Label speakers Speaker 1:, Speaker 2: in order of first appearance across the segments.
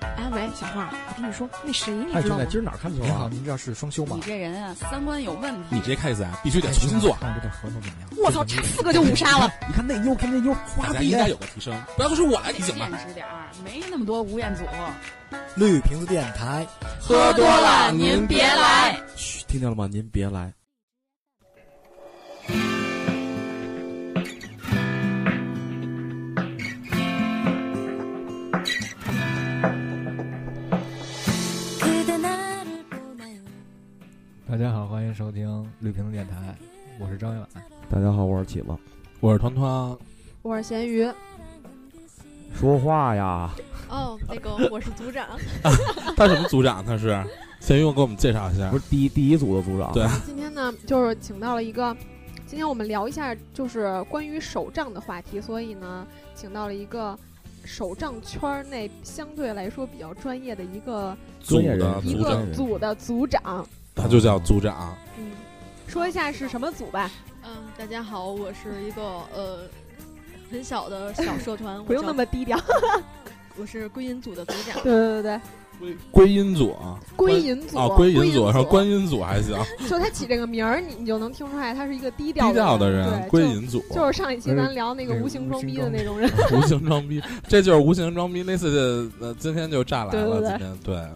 Speaker 1: 哎喂，小花，我跟你说，那谁你
Speaker 2: 哎，
Speaker 1: 知
Speaker 2: 兄
Speaker 1: 道
Speaker 2: 弟
Speaker 1: 吗，？
Speaker 2: 今儿哪儿看错
Speaker 3: 您好，
Speaker 2: 了？
Speaker 3: 您这是双休吗
Speaker 4: 你？这人啊，三观有问题。
Speaker 3: 你这 case 啊，必须得
Speaker 5: 哎
Speaker 3: 重新做，
Speaker 2: 看这个合同怎么样？
Speaker 1: 我操，差四个就五杀了。
Speaker 2: 你看内忧跟内忧
Speaker 3: 大
Speaker 2: 花
Speaker 3: 家
Speaker 2: 臂
Speaker 3: 哎应该有个提升。不要说是我来提醒吧
Speaker 4: 现，实点儿，没那么多吴彦祖。
Speaker 2: 绿瓶子电台，
Speaker 4: 喝多了您别来。
Speaker 6: 嘘，听见了吗？您别来。
Speaker 5: 大家好，欢迎收听绿屏的电台，我是张一晚。
Speaker 6: 大家好，我是启子。
Speaker 3: 我是团团，
Speaker 1: 我是咸鱼，
Speaker 6: 说话呀！
Speaker 7: 哦，那 个我是组长，
Speaker 3: 他什么组长？他是先用给我们介绍一下
Speaker 6: 不。是第一第一组的组长，
Speaker 3: 对
Speaker 7: 今天呢就是请到了一个，今天我们聊一下就是关于手账的话题，所以呢请到了一个手账圈儿内相对来说比较专业的一个
Speaker 3: 组
Speaker 6: 专业
Speaker 3: 的
Speaker 6: 人
Speaker 7: 一
Speaker 3: 啊组
Speaker 7: 个
Speaker 3: 长，
Speaker 7: 组的组长，
Speaker 3: 他就叫组长。
Speaker 7: 嗯，说一下是什么组吧，
Speaker 8: 嗯，大家好，我是一个呃很小的小社团，
Speaker 7: 不用那
Speaker 8: 我叫
Speaker 7: 么低调，。
Speaker 8: 我是归隐组的组长
Speaker 7: 对对对对，
Speaker 3: 归因组啊，
Speaker 7: 归隐组，
Speaker 3: 哦归因
Speaker 7: 隐
Speaker 3: 组，然后
Speaker 7: 归
Speaker 3: 观音组还行，
Speaker 7: 就他起这个名儿，你你就能听出来他是一个低调
Speaker 3: 低调的
Speaker 7: 人，
Speaker 3: 人，
Speaker 7: 对
Speaker 3: 归
Speaker 7: 就
Speaker 3: 隐组，
Speaker 7: 就是上一期咱聊那个
Speaker 5: 那个
Speaker 7: 无形
Speaker 5: 无
Speaker 7: 装
Speaker 5: 形
Speaker 7: 逼的
Speaker 5: 装
Speaker 7: 那种人，
Speaker 3: 无形装逼，这就是无形装逼。类似的，呃，今天就炸来了，
Speaker 7: 对对
Speaker 3: 今
Speaker 7: 对
Speaker 3: 天对。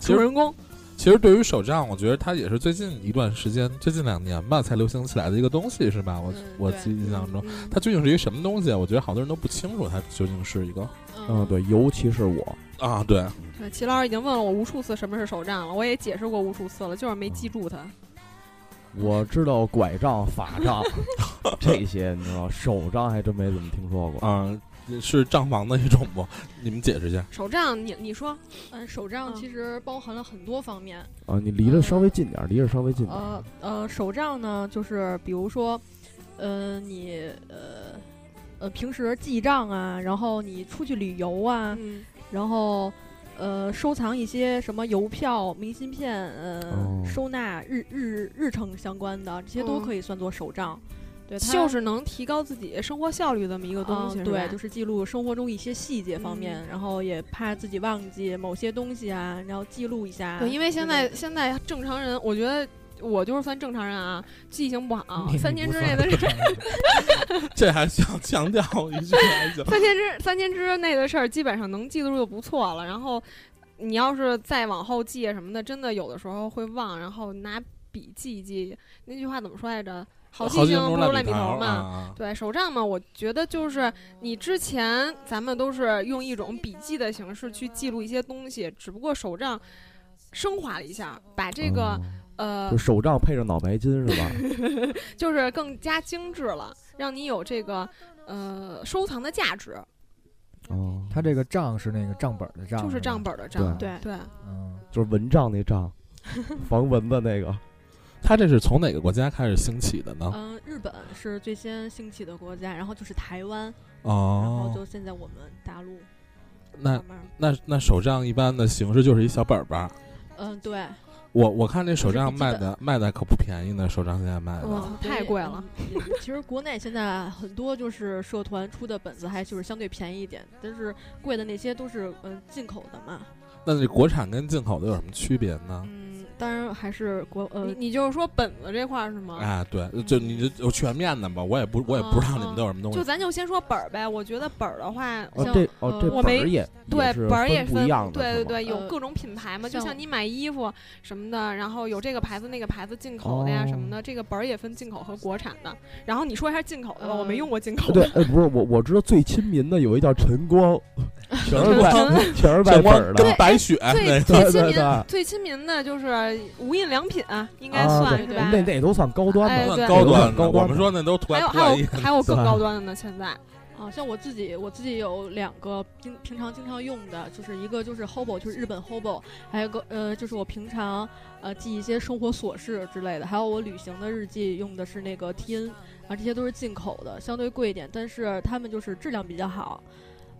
Speaker 3: 其
Speaker 7: 主
Speaker 3: 实，
Speaker 7: 人公。
Speaker 3: 其实对于手账，我觉得它也是最近一段时间，最近两年吧，才流行起来的一个东西，是吧？我
Speaker 8: 嗯
Speaker 3: 我
Speaker 8: 对
Speaker 3: 记印象中，
Speaker 8: 嗯
Speaker 3: 它究竟是一个什么东西？啊我觉得好多人都不清楚，它究竟是一个
Speaker 6: 嗯，对，尤其是我，
Speaker 3: 啊，对，
Speaker 7: 对，齐老师已经问了我无数次什么是手账了，我也解释过无数次了，就是没记住它。
Speaker 6: 我知道拐杖、法杖 这些，你知道，手杖还真没怎么听说过。
Speaker 3: 啊，是账房的一种不？你们解释一下。
Speaker 7: 手账，你你说，
Speaker 8: 嗯，手账
Speaker 7: 嗯
Speaker 8: 其实包含了很多方面。
Speaker 6: 啊，你离得稍微近点儿，离得稍微近点儿。
Speaker 8: 呃呃，手账呢，就是比如说，呃，你呃呃平时记账啊，然后你出去旅游啊，
Speaker 7: 嗯，
Speaker 8: 然后呃收藏一些什么邮票、明信片，呃、
Speaker 6: 哦
Speaker 8: 收纳日日日程相关的，这些都
Speaker 7: 嗯
Speaker 8: 可以算作手账。对，它
Speaker 7: 就是能提高自己生活效率这么一个东西，
Speaker 8: 嗯
Speaker 7: 啊是吧嗯
Speaker 8: 对，就是记录生活中一些细节方面，然后也怕自己忘记某些东西啊，然后记录一下。
Speaker 7: 对，因为现
Speaker 8: 之类
Speaker 7: 在
Speaker 8: 的
Speaker 7: 现在正常人，我觉得我就是算正常人啊，记性不好，
Speaker 5: 你
Speaker 7: 哦三
Speaker 5: 你
Speaker 7: 天
Speaker 5: 不
Speaker 7: 之
Speaker 5: 算
Speaker 7: 内的事，
Speaker 3: 这还想 强调一句，还行
Speaker 7: 三天之三天之内的事儿基本上能记住就不错了。然后你要是再往后记啊什么的，真的有的时候会忘，然后拿笔记一记。那句话怎么说来着？好记
Speaker 3: 好
Speaker 7: 性
Speaker 3: 心中
Speaker 7: 不如
Speaker 3: 烂
Speaker 7: 烂笔
Speaker 3: 头
Speaker 7: 头
Speaker 3: 儿
Speaker 7: 嘛。
Speaker 3: 啊。
Speaker 7: 对手账嘛，我觉得就是你之前咱们都是用一种笔记的形式去记录一些东西，只不过手账升华了一下，把这个、
Speaker 6: 哦就
Speaker 7: 呃
Speaker 6: 手杖配上脑白金是吧？
Speaker 7: 就是更加精致了，让你有这个呃收藏的价值，
Speaker 6: 哦，
Speaker 5: 他这个账是那个账本的账，
Speaker 7: 就是
Speaker 5: 吧
Speaker 7: 账。本的账。
Speaker 3: 啊
Speaker 8: 对
Speaker 7: 对，
Speaker 5: 嗯，
Speaker 6: 就是蚊帐那 杖，防蚊的那个。
Speaker 3: 它这是从哪个国家开始兴起的呢？
Speaker 8: 嗯、日本是最先兴起的国家，然后就是台湾，啊然后
Speaker 3: 哦，
Speaker 8: 就现在我们大陆。
Speaker 3: 那
Speaker 8: 慢慢儿
Speaker 3: 那那手账一般的形式就是一小本本儿。
Speaker 8: 嗯，对，
Speaker 3: 我我看这手
Speaker 8: 就
Speaker 3: 账
Speaker 8: 是笔记
Speaker 3: 卖的卖的可不便宜呢，手账现在卖的。
Speaker 7: 嗯
Speaker 8: 所
Speaker 7: 太
Speaker 8: 以
Speaker 7: 贵了。
Speaker 8: 哦嗯 也其实国内现在很多就是社团出的本子还就是相对便宜一点，但是贵的那些都是嗯进口的嘛。
Speaker 3: 那这国产跟进口的有什么区别呢？
Speaker 8: 嗯，当然还是国呃
Speaker 7: 你你就是说本子这块儿是吗？
Speaker 3: 啊，对，就你就全面的吧，我也不我也不知道你们都有什么东西
Speaker 7: 就。咱就先说本儿呗，我觉得本儿的话。
Speaker 6: 哦，
Speaker 8: 像
Speaker 6: 这哦这
Speaker 8: 呃
Speaker 7: 我
Speaker 6: 本儿
Speaker 7: 没
Speaker 6: 也
Speaker 7: 对
Speaker 6: 是
Speaker 7: 本儿也
Speaker 6: 不一样的，
Speaker 7: 对对
Speaker 6: 是吗
Speaker 7: 对，有
Speaker 8: 呃
Speaker 7: 各种品牌嘛，就
Speaker 8: 像
Speaker 7: 像你买衣服什么的，然后有这个牌子那个牌子进口的呀
Speaker 6: 哦
Speaker 7: 什么的，这个本儿也分进口和国产的。然后你说一下进口的吧，
Speaker 8: 呃
Speaker 7: 我没用过进口
Speaker 6: 对
Speaker 7: 的，，
Speaker 6: 呃，不是我，我知道最亲民的有一叫晨 光，全是外全是外
Speaker 3: 闪
Speaker 6: 本
Speaker 3: 光
Speaker 6: 儿的
Speaker 3: 跟，
Speaker 8: 哎
Speaker 3: 白雪那个，
Speaker 7: 最最亲
Speaker 6: 对对
Speaker 7: 民
Speaker 6: 对
Speaker 7: 最亲民的就是无印良品啊，应该
Speaker 6: 啊
Speaker 7: 算
Speaker 6: 对
Speaker 7: 是吧？
Speaker 6: 那那也都算高端
Speaker 7: 哎
Speaker 6: 的，
Speaker 3: 不算
Speaker 7: 对
Speaker 3: 高端
Speaker 6: 不算高
Speaker 3: 的，
Speaker 6: 端的
Speaker 3: 我们说那都图
Speaker 7: 还有
Speaker 3: 案
Speaker 7: 还
Speaker 3: 特
Speaker 7: 有
Speaker 3: 意。
Speaker 7: 还有更
Speaker 6: 对
Speaker 7: 高端的呢，现在
Speaker 8: 啊，像我自己，我自己有两个平平常经常用的，就是一个就是 Hobo，就是日本 Hobo，还有一个呃，就是我平常呃记一些生活琐事之类的，还有我旅行的日记用的是那个 TN，啊，这些都是进口的，相对贵一点，但是他们就是质量比较好，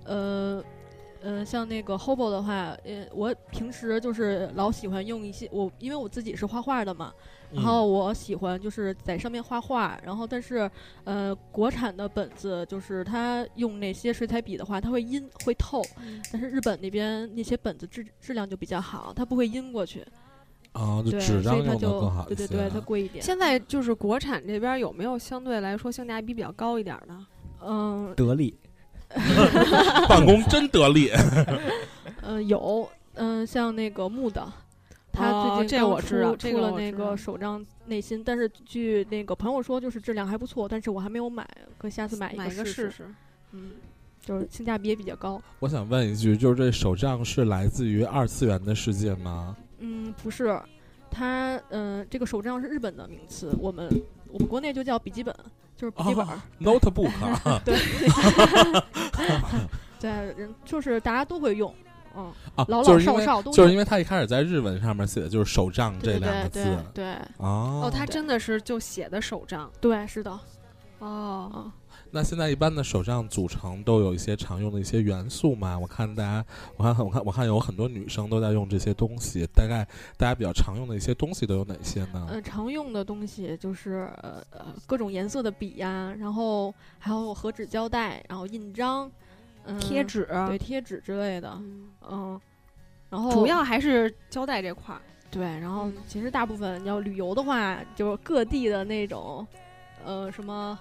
Speaker 8: 呃。嗯，像那个 Hobo 的话，呃，我平时就是老喜欢用一些我，因为我自己是画画的嘛，
Speaker 3: 嗯
Speaker 8: 然后我喜欢就是在上面画画，然后但是呃，国产的本子就是它用那些水彩笔的话，它会阴会透，
Speaker 7: 嗯
Speaker 8: 但是日本那边那些本子质质量就比较好，它不会阴过去，
Speaker 3: 啊，就
Speaker 8: 对，所
Speaker 3: 纸张
Speaker 8: 以
Speaker 3: 用
Speaker 8: 它
Speaker 3: 的
Speaker 8: 就
Speaker 3: 更好一
Speaker 8: 对
Speaker 3: 些。啊
Speaker 8: 对对，它贵一点。
Speaker 7: 现在就是国产这边有没有相对来说性价比比较高一点的？
Speaker 8: 嗯
Speaker 2: 得力，
Speaker 3: 办公真得力，
Speaker 8: 呃，有嗯、像那个木的。他
Speaker 7: 哦
Speaker 8: 最近
Speaker 7: 这
Speaker 8: 刚
Speaker 7: 我知道
Speaker 8: 出
Speaker 7: 这
Speaker 8: 出
Speaker 7: 个
Speaker 8: 了
Speaker 7: 我
Speaker 8: 那
Speaker 7: 知
Speaker 8: 个
Speaker 7: 道
Speaker 8: 手账内心，但是据那个朋友说，就是质量还不错，但是我还没有买，可以下次买一
Speaker 7: 买一
Speaker 8: 个
Speaker 7: 个试
Speaker 8: 试。
Speaker 7: 试。
Speaker 8: 嗯，就是性价比也比较高。
Speaker 3: 我想问一句，就是这手账是来自于二次元的世界吗？
Speaker 8: 嗯，不是，它嗯、呃这个手账是日本的名词，我们我们国内就叫笔记本，就是笔记本。
Speaker 3: 啊，notebook 啊
Speaker 8: 对，对，人就是大家都会用，嗯，
Speaker 3: 啊，
Speaker 8: 老
Speaker 3: 就
Speaker 8: 老
Speaker 3: 是因
Speaker 8: 少
Speaker 3: 为
Speaker 8: 少都
Speaker 3: 就是
Speaker 8: 有
Speaker 3: 因为他一开始在日文上面写的就是手账这
Speaker 8: 对
Speaker 3: 两个
Speaker 8: 对
Speaker 3: 字
Speaker 8: 对对
Speaker 3: 哦
Speaker 7: 哦，他真的是就写的手账
Speaker 8: 对，是的，
Speaker 7: 哦，
Speaker 8: 嗯。
Speaker 3: 那现在一般的手账组成都有一些常用的一些元素嘛？我看大家，我看我看我看有很多女生都在用这些东西，大概大家比较常用的一些东西都有哪些呢？
Speaker 8: 呃，常用的东西就是呃呃各种颜色的笔呀、然后还有和纸胶带，然后印章，嗯、
Speaker 7: 贴、纸，
Speaker 8: 对贴纸之类的，
Speaker 7: 嗯
Speaker 8: 嗯，然后
Speaker 7: 主要还是胶带这块儿。
Speaker 8: 对，然后
Speaker 7: 嗯
Speaker 8: 其实大部分要旅游的话，就是各地的那种，呃什么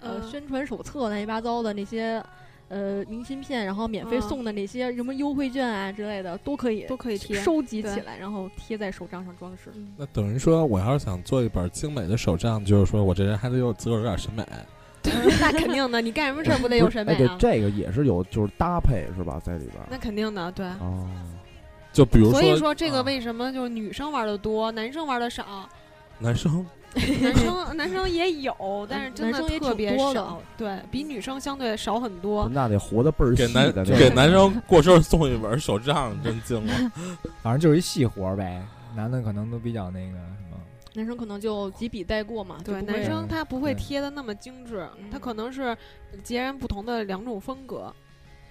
Speaker 8: 呃
Speaker 7: 嗯
Speaker 8: 宣传手册乱七八糟的那些。呃，明信片，然后免费
Speaker 7: 嗯
Speaker 8: 送的那些什么优惠券啊之类的，都可以
Speaker 7: 都可以 贴
Speaker 8: 收集起
Speaker 7: 对
Speaker 8: 来，然后贴在手账上装 饰。
Speaker 3: 那等于说，我要是想做一本精美的手账，就是说我这人还得有自个儿有点审美。
Speaker 7: 那肯定的，你干什么事儿不得有审美
Speaker 6: 哎，对
Speaker 7: 啊，？
Speaker 6: 这个也是有就是搭配是吧，在里边
Speaker 7: 那
Speaker 6: 儿。
Speaker 7: 肯定的，对。
Speaker 6: 哦，
Speaker 3: 就比如
Speaker 7: 所以
Speaker 3: 说
Speaker 7: 说这个
Speaker 3: 啊
Speaker 7: 为什么就是女生玩的多，男生玩的 少？
Speaker 3: 男生
Speaker 7: 男生男生也有，但是真
Speaker 8: 男生也
Speaker 7: 的特
Speaker 8: 挺
Speaker 7: 别
Speaker 8: 多的
Speaker 7: 少，对比女生相对少很多。
Speaker 6: 那得活得倍儿
Speaker 3: 给
Speaker 6: 细
Speaker 3: 男
Speaker 6: 的那
Speaker 3: 给
Speaker 6: 种
Speaker 3: 男生过生日送一本手账，真惊
Speaker 7: 啊
Speaker 3: 了。
Speaker 5: 反正就是一细活儿呗。男的可能都比较那个什么，
Speaker 8: 男生可能就几笔带过嘛，就
Speaker 7: 对，
Speaker 8: 不会
Speaker 7: 男生他不会啊
Speaker 5: 对
Speaker 7: 贴的那么精致，他
Speaker 8: 嗯
Speaker 7: 可能是截然不同的两种风格。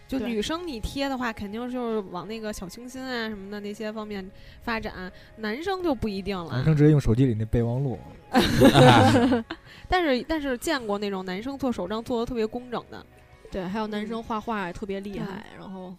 Speaker 7: 就
Speaker 8: 对
Speaker 7: 女生你贴的话，肯定就是往那个小清新啊什么的那些方面发展，男生就不一定
Speaker 5: 男
Speaker 7: 了。
Speaker 5: 生直接用手机里那备忘录，
Speaker 7: 但是但是见过那种男生做手账做的特别工整的，
Speaker 8: 对，还有男
Speaker 7: 嗯
Speaker 8: 生画画也特别厉
Speaker 7: 对
Speaker 8: 害，然后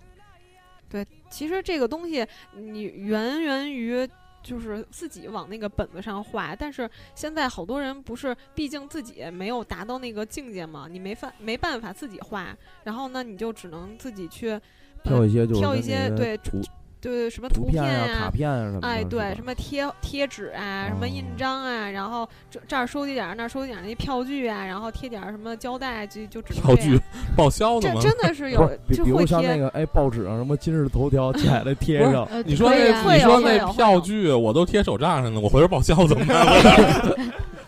Speaker 7: 其实这个东西你源源于就是自己往那个本子上画，但是现在好多人不是，毕竟自己没有达到那个境界嘛，你没法没办法自己画，然后呢你就只能自己去
Speaker 6: 挑一些就是
Speaker 7: 挑
Speaker 6: 跟
Speaker 7: 一些
Speaker 6: 那个
Speaker 7: 对
Speaker 6: 图
Speaker 7: 对什么
Speaker 6: 图
Speaker 7: 片
Speaker 6: 片啊、卡片啊什么的。
Speaker 7: 哎，
Speaker 6: 是吧
Speaker 7: 对，什么贴贴纸啊，什么印
Speaker 6: 哦
Speaker 7: 章啊，然后这这儿收集点儿，那儿收集点儿那票据啊，然后贴点儿什么胶带，就就只能
Speaker 3: 票
Speaker 7: 这样
Speaker 3: 据报销
Speaker 7: 这
Speaker 3: 的吗？
Speaker 7: 真的是
Speaker 6: 不
Speaker 7: 有
Speaker 6: 是，比
Speaker 7: 就
Speaker 6: 比
Speaker 7: 会
Speaker 6: 如像那
Speaker 7: 贴，
Speaker 6: 个哎，报纸上什么今日头 条起来贴
Speaker 3: 不是
Speaker 6: 上，
Speaker 8: 呃，
Speaker 3: 哦你说
Speaker 8: 可以
Speaker 3: 那、
Speaker 8: 啊
Speaker 7: 会
Speaker 3: 你
Speaker 7: 有
Speaker 3: 说
Speaker 7: 会
Speaker 3: 那
Speaker 7: 有
Speaker 3: 票据我都贴手账上了，我回头报销怎么办？ 我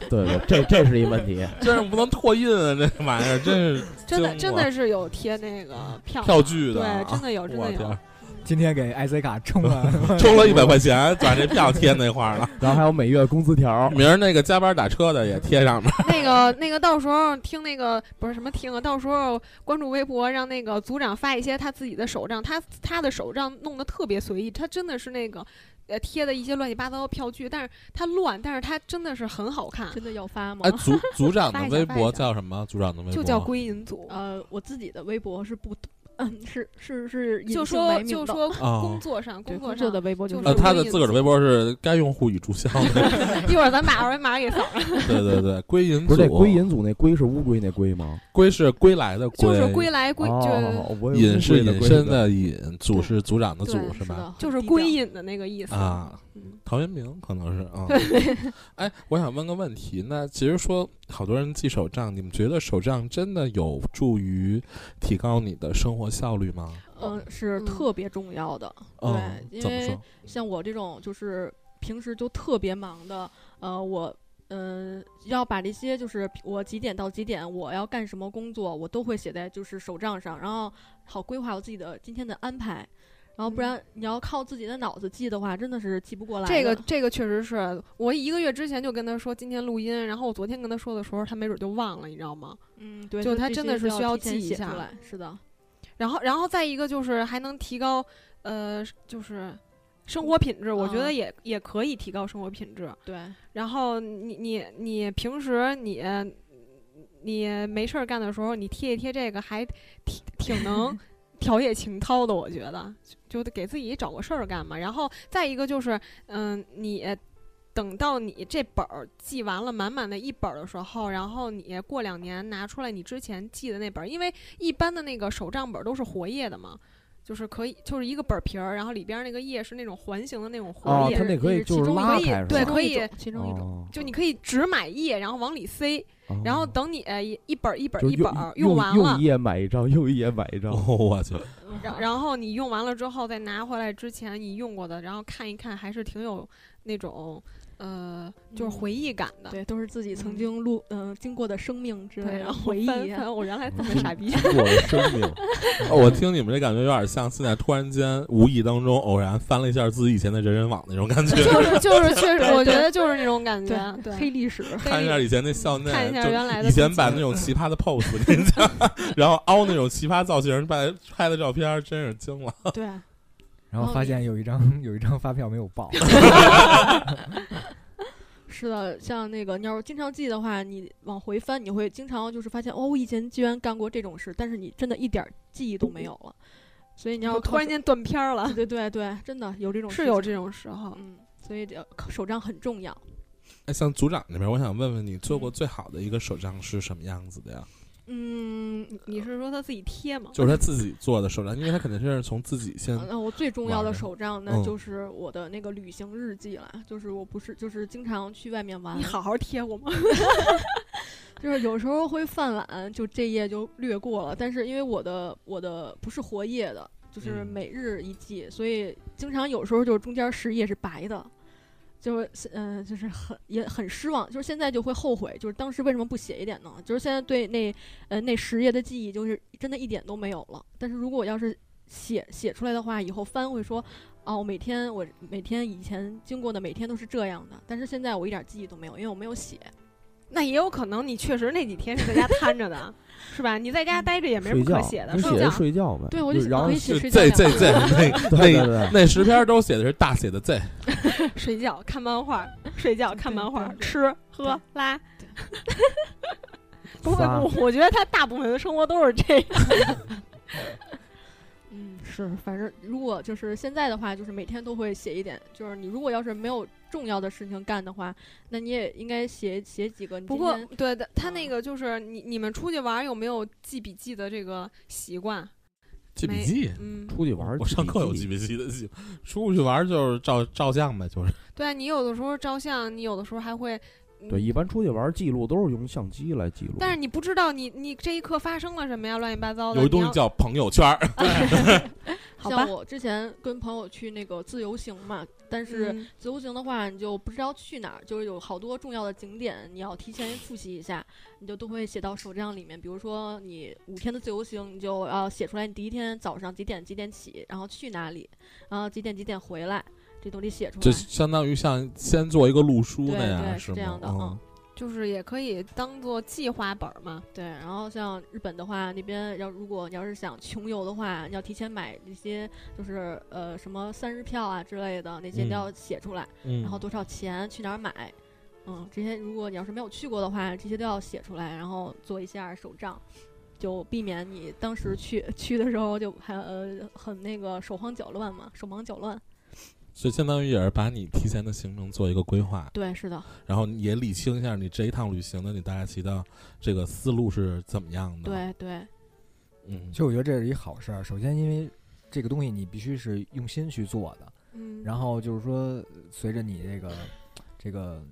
Speaker 6: 对对，这这是一问 题。
Speaker 3: 真是不能拓印啊，这玩意儿真是
Speaker 7: 真的
Speaker 3: 惊
Speaker 7: 真
Speaker 3: 我
Speaker 7: 的是有贴那个票
Speaker 3: 票据的啊
Speaker 7: 对，真 的有，真
Speaker 3: 我
Speaker 7: 的
Speaker 3: 天
Speaker 7: 有。
Speaker 3: 儿，
Speaker 5: 今天给 IC 卡充 了
Speaker 3: 充了一百块钱，把这票贴那块 儿了。
Speaker 6: 然后还有每月工资条，
Speaker 3: 明儿那个加班打车的也贴上面。
Speaker 7: 那个那个，到时候听那个不是什么听啊，到时候关注微博，让那个组长发一些他自己的手账，他他的手账弄得特别随意，他真的是那个呃贴的一些乱七八糟的票据，但是他乱，但是他真的是很好看，
Speaker 8: 真的要发吗
Speaker 3: 哎，？组组长的
Speaker 7: 发一下
Speaker 3: 微
Speaker 7: 发一
Speaker 3: 博
Speaker 7: 下
Speaker 3: 叫什么？组长的微博
Speaker 7: 就叫归隐组。
Speaker 8: 呃，我自己的微博是不，嗯，是是是隐
Speaker 7: 就
Speaker 8: 姓
Speaker 7: 说
Speaker 8: 埋名
Speaker 7: 就
Speaker 8: 的
Speaker 7: 说
Speaker 3: 啊
Speaker 7: 工作上，
Speaker 8: 对
Speaker 7: 作
Speaker 8: 工
Speaker 7: 上
Speaker 8: 作的微博就
Speaker 7: 就是
Speaker 3: 呃，
Speaker 7: 是
Speaker 3: 他的
Speaker 7: 归隐
Speaker 3: 自个儿的微博是该用户已注销 的。
Speaker 7: 一会儿咱把二维码给扫上，
Speaker 3: 对对对，归隐
Speaker 6: 不
Speaker 3: 组
Speaker 6: 是这归隐组那归是乌龟那龟吗？
Speaker 3: 归是归来的
Speaker 7: 就
Speaker 3: 归，
Speaker 7: 是归来归就
Speaker 6: 哦，我以为
Speaker 3: 隐是
Speaker 6: 乌龟
Speaker 3: 隐
Speaker 6: 龟
Speaker 3: 身
Speaker 6: 呢，
Speaker 3: 的隐，组是组长的
Speaker 8: 对
Speaker 3: 组
Speaker 8: 是
Speaker 3: 吧？
Speaker 8: 的
Speaker 7: 就是
Speaker 8: 低
Speaker 7: 归
Speaker 8: 调
Speaker 7: 隐的那个意思
Speaker 3: 啊，
Speaker 7: 嗯
Speaker 3: 陶渊明可能是啊。哎，我想问个问题，那其实说好多人记手账，你们觉得手账真的有助于提高你的生活效率吗？
Speaker 8: 嗯、是
Speaker 7: 嗯
Speaker 8: 特别重要的。
Speaker 3: 嗯
Speaker 8: 对，因
Speaker 3: 怎么
Speaker 8: 为
Speaker 3: 说？
Speaker 8: 像我这种就是平时就特别忙的，呃，我嗯、要把这些就是我几点到几点我要干什么工作，我都会写在就是手账上，然后好规划我自己的今天的安排。然后不然你要靠自己的脑子记的话，真的是记不过来的。
Speaker 7: 嗯这个这个确实是我一个月之前就跟他说今天录音，然后我昨天跟他说的时候，他没准就忘了，你知道吗？
Speaker 8: 嗯，对，
Speaker 7: 就
Speaker 8: 就
Speaker 7: 它
Speaker 8: 必
Speaker 7: 真
Speaker 8: 须
Speaker 7: 的是
Speaker 8: 要
Speaker 7: 需要
Speaker 8: 提前
Speaker 7: 记一
Speaker 8: 写
Speaker 7: 下
Speaker 8: 出来，是的，
Speaker 7: 然后，然后再一个就是还能提高，呃，就是生活品质，我觉
Speaker 8: 啊
Speaker 7: 得也也可以提高生活品质。
Speaker 8: 对，
Speaker 7: 然后你你你平时你你没事儿干的时候，你贴一贴这个，还挺挺能调节情操的，我觉得就就给自己找个事儿干嘛。然后再一个就是，嗯，你等到你这本儿记完了满满的一本儿的时候，然后你过两年拿出来你之前记的那本儿，因为一般的那个手账本儿都是活页的嘛。就是可以，就是一个本儿皮儿，然后里边儿那个页是那种环形的那种
Speaker 6: 哦
Speaker 7: 活页，
Speaker 6: 它那可以
Speaker 8: 也是
Speaker 6: 就
Speaker 8: 其
Speaker 6: 是
Speaker 8: 中一
Speaker 6: 拉
Speaker 8: 个
Speaker 7: 可以
Speaker 6: 开是吧？
Speaker 7: 对可以
Speaker 8: 其中一种。
Speaker 6: 哦
Speaker 7: 就你可以只买一页，然后往里塞，
Speaker 6: 哦
Speaker 7: 然后等你呃一一本儿一本儿
Speaker 6: 就
Speaker 7: 一本儿
Speaker 6: 用
Speaker 7: 完
Speaker 6: 用
Speaker 7: 了
Speaker 6: 一，页买一张， 用一页买一张。
Speaker 3: 哦， 我去，
Speaker 8: 嗯
Speaker 7: 然然后你用完了之后再拿回来之前你用过的，然后看一看，还是挺有那种呃就是回忆感 的。
Speaker 8: 对，都是自己曾经路嗯、经过的生命之类
Speaker 7: 对，
Speaker 8: 的
Speaker 7: 然后
Speaker 8: 回忆
Speaker 7: 翻
Speaker 8: 啊。
Speaker 7: 翻我原来这么
Speaker 6: 嗯
Speaker 7: 傻 逼。
Speaker 6: 经过了生命，
Speaker 3: 哦我听你们这感觉有点像现在突然间无意当中偶然翻了一下自己以前的人人网那种感觉，
Speaker 7: 就是就是确实，
Speaker 8: 对
Speaker 7: 我觉
Speaker 8: 对
Speaker 7: 得就是那种感觉。对，
Speaker 8: 黑历 史。
Speaker 3: 看一下以前那校内，
Speaker 7: 看一下
Speaker 3: 就
Speaker 7: 原来的
Speaker 3: 以前
Speaker 7: 自己
Speaker 3: 摆那种奇葩的 pose，跟你讲， 然后凹那种奇葩造型，拍拍的照片，真是惊了。
Speaker 8: 对，
Speaker 5: 然
Speaker 8: 然
Speaker 5: 后
Speaker 8: 后
Speaker 5: 发
Speaker 8: 你
Speaker 5: 现有一张有一张发票没有报，
Speaker 8: 是的，像那个你要是经常记的话，你往回翻，你会经常就是发现哦，我以前居然干过这种事，但是你真的一点儿记忆都没有了。所以你要
Speaker 7: 然后突然
Speaker 8: 靠
Speaker 7: 间断片儿了
Speaker 8: 手，，对对对对，真的有这种
Speaker 7: 是
Speaker 8: 事
Speaker 7: 有
Speaker 8: 情
Speaker 7: 这种时候。
Speaker 8: 嗯，所以这靠手账很重要。
Speaker 3: 哎，像组长那边，我想问问你，做过最好的一个手账是什么样子的呀？
Speaker 8: 嗯，
Speaker 7: 你是说他自己贴吗？
Speaker 3: 就是他自己做的手账，因为他肯定是从自己先
Speaker 8: 那我最重要
Speaker 3: 玩
Speaker 8: 的
Speaker 3: 儿
Speaker 8: 手账，
Speaker 3: 嗯
Speaker 8: 那就是我的那个旅行日记了。就是我不是，就是经常去外面玩
Speaker 7: 你，好好贴过吗？
Speaker 8: 就是有时候会犯懒，就这页就略过了。但是因为我的我的不是活页的，就是
Speaker 3: 嗯
Speaker 8: 每日一记，所以经常有时候就是中间十页是白的，就是嗯、就是很也很失望。就是现在就会后悔，就是当时为什么不写一点呢？就是现在对那呃那十页的记忆，就是真的一点都没有了。但是如果我要是写写出来的话，以后翻会说。哦，每天我每天以前经过的每天都是这样的，但是现在我一点记忆都没有，因为我没有写。
Speaker 7: 那也有可能你确实那几天是在家瘫着 的，是吧？你在家待着也没
Speaker 6: 嗯
Speaker 7: 什
Speaker 6: 睡
Speaker 7: 么
Speaker 6: 觉
Speaker 7: 可写的，
Speaker 6: 你
Speaker 7: 睡
Speaker 6: 写
Speaker 7: 觉
Speaker 6: 着。睡觉呗。
Speaker 8: 对，我就
Speaker 6: 然后
Speaker 8: 可以写
Speaker 3: 是
Speaker 8: 睡觉
Speaker 3: 这
Speaker 8: 两个
Speaker 3: 这这
Speaker 8: 字
Speaker 3: 那
Speaker 6: 对对
Speaker 3: 那
Speaker 6: 对，
Speaker 3: 那十篇都写的是大写的 Z，
Speaker 7: 睡觉、看漫 画、睡觉、看漫画、
Speaker 8: 对对对
Speaker 7: 吃喝拉
Speaker 8: 对。
Speaker 7: 不会，
Speaker 6: 仨
Speaker 7: 我我觉得他大部分的生活都是这样。
Speaker 8: 嗯，是，反正如果就是现在的话，就是每天都会写一点。就是你如果要是没有重要的事情干的话，那你也应该写写几个。你
Speaker 7: 不
Speaker 8: 今
Speaker 7: 过
Speaker 8: 天，
Speaker 7: 对的，他那个就是你你们出去玩有没有记笔记的这个习惯？
Speaker 3: 记笔记。
Speaker 7: 嗯，
Speaker 6: 出去玩儿
Speaker 3: 我上课有记
Speaker 6: 记笔
Speaker 3: 笔记的记，出去玩就是照照相呗，就是
Speaker 7: 对啊，你有的时候照相，你有的时候还会，
Speaker 6: 记。对，一般出去玩儿记录都是用相机来记录。
Speaker 7: 但是你不知道你你这一刻发生了什么呀，乱七八糟的。
Speaker 3: 有一东
Speaker 7: 哦你
Speaker 3: 西
Speaker 7: 要
Speaker 3: 叫朋友圈儿，
Speaker 7: 好吧
Speaker 8: 像我之前跟朋友去那个自由行嘛，但是
Speaker 7: 嗯
Speaker 8: 自由行的话，你就不知道去哪儿，就是有好多重要的景点，你要提前复习一下，你就都会写到手账里面。比如说你五天的自由行，你就要写出来你第一天早上几点几点起，然后去哪里，然后几点几点回来，这都得写出
Speaker 3: 就
Speaker 8: 来。
Speaker 3: 相当于像先做一个路书那
Speaker 8: 对
Speaker 3: 样，
Speaker 8: 对
Speaker 3: 是
Speaker 8: 是这
Speaker 3: 吗
Speaker 8: 样？的
Speaker 3: 嗯
Speaker 8: 嗯，
Speaker 7: 就是也可以当做计划本儿嘛。
Speaker 8: 对，然后像日本的话，那边要如果你要是想穷游的话，你要提前买那些就是呃什么三日票啊之类的那些，
Speaker 3: 嗯
Speaker 8: 你要写出来，
Speaker 3: 嗯
Speaker 8: 然后多少钱，去哪儿买，嗯，这些如果你要是没有去过的话，这些都要写出来，然后做一下手账，就避免你当时去去的时候就还呃很那个手慌脚乱嘛，手忙脚乱。
Speaker 3: 所以相当于也是把你提前的行程做一个规划，
Speaker 8: 对，是的，
Speaker 3: 然后也理清一下你这一趟旅行的你大概提到这个思路是怎么样的。，
Speaker 8: 对对，
Speaker 3: 嗯，
Speaker 5: 其实我觉得这是一好事儿。首先，因为这个东西你必须是用心去做的，
Speaker 8: 嗯，
Speaker 5: 然后就是说，随着你这个这个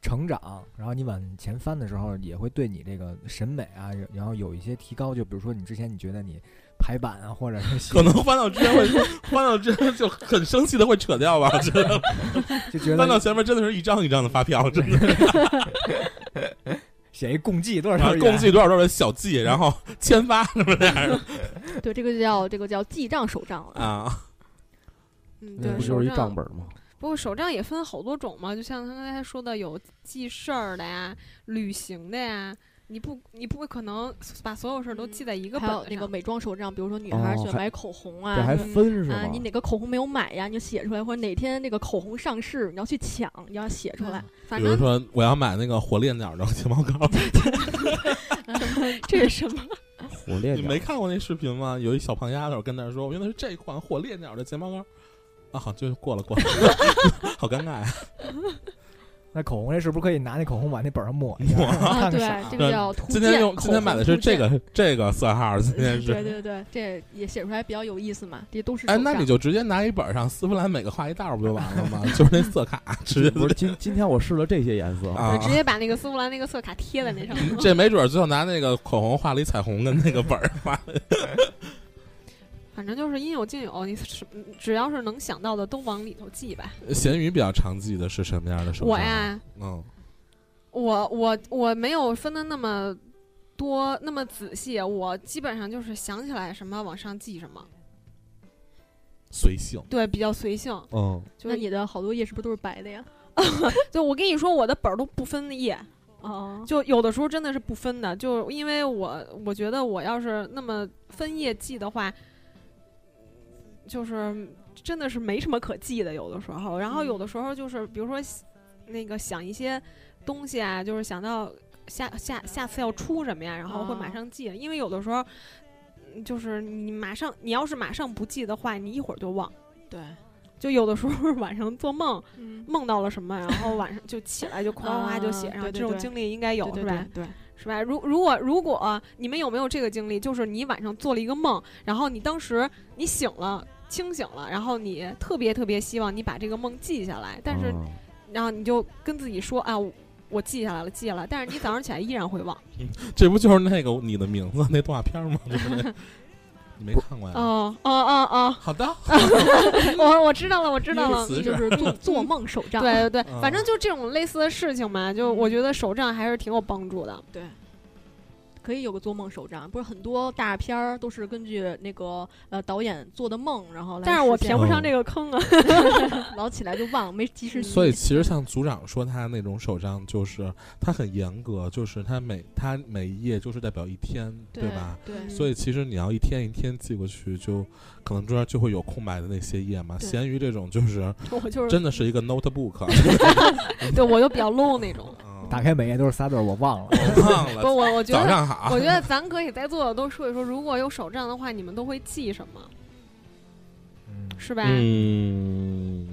Speaker 5: 成长，然后你往前翻的时候，也会对你这个审美啊，然后有一些提高。就比如说，你之前你觉得你排版啊，或者是写
Speaker 3: 可能翻到之前会 翻到之前就很生气的会扯掉吧，我觉得
Speaker 5: 就觉
Speaker 3: 翻到
Speaker 5: 得
Speaker 3: 前面真的是一张一张的发票，真 的，
Speaker 5: 写一共计多少啊多少
Speaker 3: 然后啊共
Speaker 5: 元
Speaker 3: 计多少多少小计，然后签发什么这样的
Speaker 8: 对这个叫这个叫记账手账了。
Speaker 3: 啊。
Speaker 7: 嗯，
Speaker 6: 那
Speaker 7: 对，
Speaker 6: 不
Speaker 7: 手
Speaker 6: 就是一
Speaker 7: 账
Speaker 6: 账本儿吗？
Speaker 7: 不过手账也分好多种嘛，就像他刚才说的，有记事儿的呀、旅行的呀，你不你不可能把所有事儿都
Speaker 8: 嗯
Speaker 7: 记在一个本
Speaker 8: 还有
Speaker 7: 子
Speaker 8: 那个
Speaker 7: 上。
Speaker 8: 美妆手账，比如说女孩儿
Speaker 6: 哦
Speaker 8: 喜欢
Speaker 6: 还
Speaker 8: 买口红
Speaker 6: 这还
Speaker 8: 啊。
Speaker 7: 嗯
Speaker 6: 分是
Speaker 8: 啊
Speaker 6: 吗，
Speaker 8: 你？哪个口红没有买呀？你就写出来，或者哪天那个口红上市，你要去抢，你要写出来。
Speaker 7: 反
Speaker 3: 比如
Speaker 7: 正
Speaker 3: 说我要买那个火烈鸟的睫毛膏，
Speaker 7: 这是什么？
Speaker 6: 火烈
Speaker 3: 你没
Speaker 6: 鸟，
Speaker 3: 看过那视频吗？有一小胖丫头跟那儿说，我用的是这款火烈鸟的睫毛膏。啊，好，就过了过了， 好尴尬呀、
Speaker 5: 那口红这是不是可以拿那口红往那本上抹一
Speaker 3: 抹
Speaker 5: 下，
Speaker 8: 啊，
Speaker 5: 看
Speaker 8: 对
Speaker 5: 看色，
Speaker 8: 这
Speaker 5: 儿？
Speaker 8: 个叫图
Speaker 3: 今天
Speaker 8: 鉴
Speaker 3: 用
Speaker 8: 口
Speaker 3: 今天买
Speaker 8: 红
Speaker 3: 的是
Speaker 8: 图
Speaker 3: 这
Speaker 8: 鉴
Speaker 3: 个这个色号，今天
Speaker 8: 对
Speaker 3: 是。
Speaker 8: 对对，这也写出来比较有意思嘛，这都是
Speaker 3: 哎，
Speaker 8: 手
Speaker 3: 那
Speaker 8: 账
Speaker 3: 你就直接拿一本上，丝芙兰每个画一道儿不就完了吗？就是那色卡，直接
Speaker 6: 不是今今天我试了这些颜色，
Speaker 3: 啊，嗯
Speaker 7: 直接把那个丝芙兰那个色卡贴在 那上面。
Speaker 3: 这没准儿最后拿那个口红画了一彩虹，跟那个本儿 画了一。
Speaker 7: 反正就是应有尽有，你是只要是能想到的都往里头记吧。
Speaker 3: 咸鱼比较常记的是什么样的手账？
Speaker 7: 我呀，
Speaker 3: 嗯，
Speaker 7: 我我我没有分的那么多那么仔细，我基本上就是想起来什么往上记什么，
Speaker 3: 随性。
Speaker 7: 对，比较随性。
Speaker 3: 嗯，
Speaker 7: 就
Speaker 8: 那
Speaker 7: 是
Speaker 8: 你的好多页是不是都是白的呀？
Speaker 7: 就我跟你说，我的本儿都不分页，
Speaker 8: 哦，
Speaker 7: 就有的时候真的是不分的，就因为我我觉得我要是那么分页记的话，就是真的是没什么可记的，有的时候。然后有
Speaker 8: 嗯
Speaker 7: 的时候就是比如说那个想一些东西啊，就是想到下下下次要出什么呀，然后会马
Speaker 8: 哦
Speaker 7: 上记，因为有的时候。嗯就是你马上，你要是马上不记的话，你一会儿就忘。
Speaker 8: 对，
Speaker 7: 就有的时候 晚上做梦，
Speaker 8: 嗯，
Speaker 7: 梦到了什么，然后晚上就起 来就哗哗哗就写
Speaker 8: 啊
Speaker 7: 上，
Speaker 8: 对对
Speaker 7: 这种
Speaker 8: 对
Speaker 7: 经历应该有
Speaker 8: 对对
Speaker 7: 是吧
Speaker 8: 对？对，
Speaker 7: 是吧？如如果如果你们有没有这个经历，就是你晚上做了一个梦，然后你当时你醒了。清醒了，然后你特别特别希望你把这个梦记下来，但
Speaker 3: 嗯
Speaker 7: 是、
Speaker 6: 啊
Speaker 7: 然后你就跟自己说啊，我我记下来了，记下来了，但是你早上起来依然会忘。
Speaker 3: 这不就是那个你的名字那动画片吗？就是 那，你没看过呀？
Speaker 7: 哦哦哦哦，
Speaker 3: 好 的，
Speaker 7: 我我知道了，我知道
Speaker 3: 你
Speaker 7: 了
Speaker 3: 死。
Speaker 8: 你就是 做做梦手账。
Speaker 7: 对对
Speaker 3: 嗯
Speaker 7: 对，反正就这种类似的事情嘛，就我觉得手账还是挺有帮助的。
Speaker 8: 对，可以有个做梦手账，不是很多大片儿都是根据那个呃导演做的梦，然后来
Speaker 7: 但是我
Speaker 8: 实现
Speaker 7: 填不上这个坑啊。
Speaker 8: 的 嗯老起来就忘，没及时记。
Speaker 3: 所以其实像组长说他那种手账，就是他很严格，就是他每他每一页就是代表一天，对
Speaker 8: 对
Speaker 3: 吧？？
Speaker 7: 嗯
Speaker 8: 对，
Speaker 3: 所以其实你要一天一天记过去，就可能中间就会有空白的那些页嘛。
Speaker 8: 对
Speaker 3: 闲鱼这种就是
Speaker 7: 我就是
Speaker 3: 真的是一个 notebook，
Speaker 7: 对我就比较 low 那种。
Speaker 3: 嗯
Speaker 5: 打开每页都是仨字儿，我忘了。
Speaker 3: 我忘
Speaker 7: 不，
Speaker 3: 了。
Speaker 7: 我我觉
Speaker 3: 早
Speaker 7: 得
Speaker 3: 上好，
Speaker 7: 我觉得咱可以在座的都说一说，如果有手账的话，你们都会记什么，
Speaker 5: 嗯，
Speaker 7: 是吧？
Speaker 3: 嗯，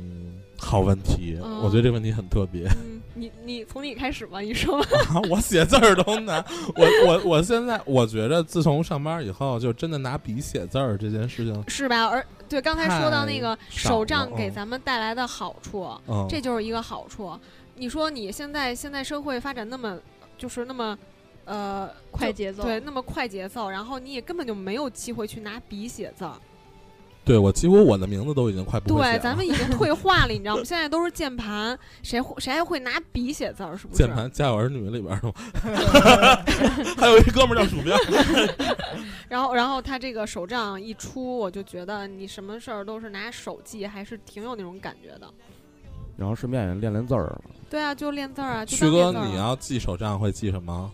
Speaker 3: 好问题，
Speaker 7: 嗯
Speaker 3: 我觉得这问题很特别
Speaker 7: 嗯你你从你开始吧，你说吧。
Speaker 3: 啊！我写字儿都难，我我我现在我觉得自从上班以后，就真的拿笔写字儿这件事情，
Speaker 7: 是吧？而对刚才说到那个
Speaker 3: 太少了
Speaker 7: 手账给
Speaker 3: 嗯
Speaker 7: 咱们带来的好处，
Speaker 3: 嗯，
Speaker 7: 这就是一个好处。你说你现在现在社会发展那么就是那么呃
Speaker 8: 快
Speaker 7: 就
Speaker 8: 节奏。
Speaker 7: 对那么快节奏，然后你也根本就没有机会去拿笔写字儿。
Speaker 3: 对我几乎我的名字都已经快不会写啊
Speaker 7: 对，
Speaker 3: 了
Speaker 7: 咱们已经退化了，你知道吗？现在都是键盘，谁会谁还会拿笔写字儿？是不是？
Speaker 3: 键盘《家有儿女》里边儿的吗？ 还有一哥们儿叫鼠标，
Speaker 7: 然后，然后他这个手账一出，我就觉得你什么事儿都是拿手记，还是挺有那种感觉的。
Speaker 6: 然后顺便也练练字儿，
Speaker 7: 对啊，就练字儿啊，就
Speaker 3: 旭
Speaker 7: 当
Speaker 3: 哥
Speaker 7: 练字儿啊
Speaker 3: 你要记手账会记什么？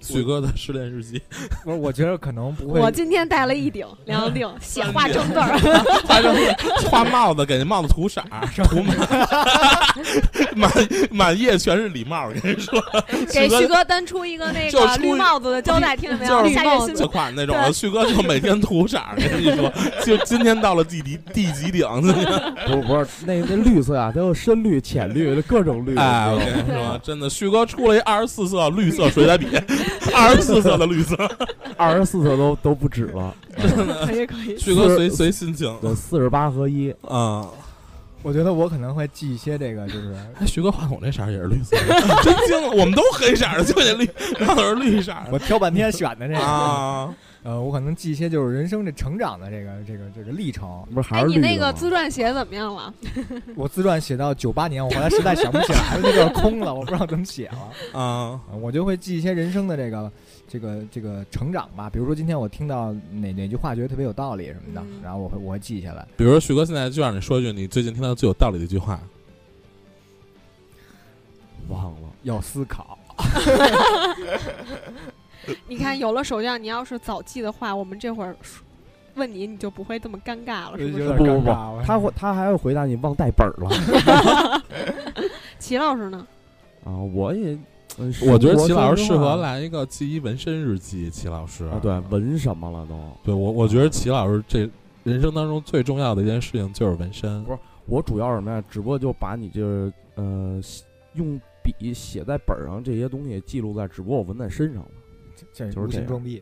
Speaker 3: 旭哥的失恋日 记，
Speaker 5: 不是，我觉得可能不会
Speaker 7: 我。今天带了一顶、两顶， 写画正字儿。
Speaker 3: 他就画帽子，给那帽子涂色儿，涂满满满页全是礼帽。我跟你说，旭
Speaker 7: 给
Speaker 3: 哥
Speaker 7: 徐哥单出一个那
Speaker 3: 就
Speaker 7: 个
Speaker 3: 出一
Speaker 7: 绿帽子的胶带，听见没 有？
Speaker 3: 就是
Speaker 7: 啊下月新
Speaker 3: 就款那种的，旭哥就每天涂色儿。跟你说，就今天到了第几第几顶？
Speaker 6: 不是不是，那那绿色啊，它有深绿、浅绿，各种绿。
Speaker 3: 哎，我
Speaker 6: 你知道吗
Speaker 3: 跟你说，真的，旭哥出了一二十四色绿色水彩笔，二十四色的绿色，
Speaker 6: 二十四色都都不止了，
Speaker 7: 可以可以。
Speaker 3: 旭哥随随心情
Speaker 6: 对，四十八合一。
Speaker 3: 啊。
Speaker 5: 我觉得我可能会记一些这个，就是
Speaker 3: 哎，徐哥话筒这色儿也是绿色的， 真惊了！我们都黑色儿的，就你绿，话筒是绿色儿
Speaker 5: 我挑半天选的这
Speaker 3: 的
Speaker 5: 个。
Speaker 3: 啊。
Speaker 5: 呃，我可能记一些就是人生这成长的这个这个这个历程。
Speaker 6: 不是还
Speaker 7: 哎，
Speaker 6: 是
Speaker 7: 你
Speaker 6: 绿
Speaker 7: 那
Speaker 6: 的
Speaker 7: 个
Speaker 6: 吗
Speaker 7: 自传写怎么样了？
Speaker 5: 我自传写到九八年，我后来实在想不起来了，那段空了，我不知道怎么写了。
Speaker 3: 啊，
Speaker 5: 啊，我就会记一些人生的这个、这个、这个成长吧。比如说今天我听到哪哪句话觉得特别有道理什么的，
Speaker 8: 嗯
Speaker 5: 然后我会我会记下来。
Speaker 3: 比如说徐哥现在就让你说一句你最近听到最有道理的一句话，
Speaker 6: 忘了。
Speaker 5: 要思考，
Speaker 7: 你看，有了手账，你要是早记的话，我们这会儿说问你，你就不会这么尴尬哦了，是不
Speaker 5: 有点
Speaker 7: 是？
Speaker 6: 不
Speaker 5: 尴
Speaker 6: 不
Speaker 5: 尬
Speaker 6: 不，
Speaker 5: 了
Speaker 6: 他会他还会回答你忘带本儿了
Speaker 7: 齐老师呢？
Speaker 6: 啊！我也，呃
Speaker 3: 我觉得齐老师
Speaker 6: 生活
Speaker 3: 适合
Speaker 6: 中啊
Speaker 3: 来一个记忆纹身日记。齐老师
Speaker 6: 啊，对，纹什么了都。
Speaker 3: 对我，我觉得齐老师这人生当中最重要的一件事情就是纹身
Speaker 6: 不。是我主要是什么呀？只不过就把你这个呃写用笔写在本儿上这些东西记录在，只不过我纹在身上了。
Speaker 5: 这
Speaker 6: 就是
Speaker 5: 无
Speaker 6: 这
Speaker 5: 情
Speaker 6: 样
Speaker 5: 装逼，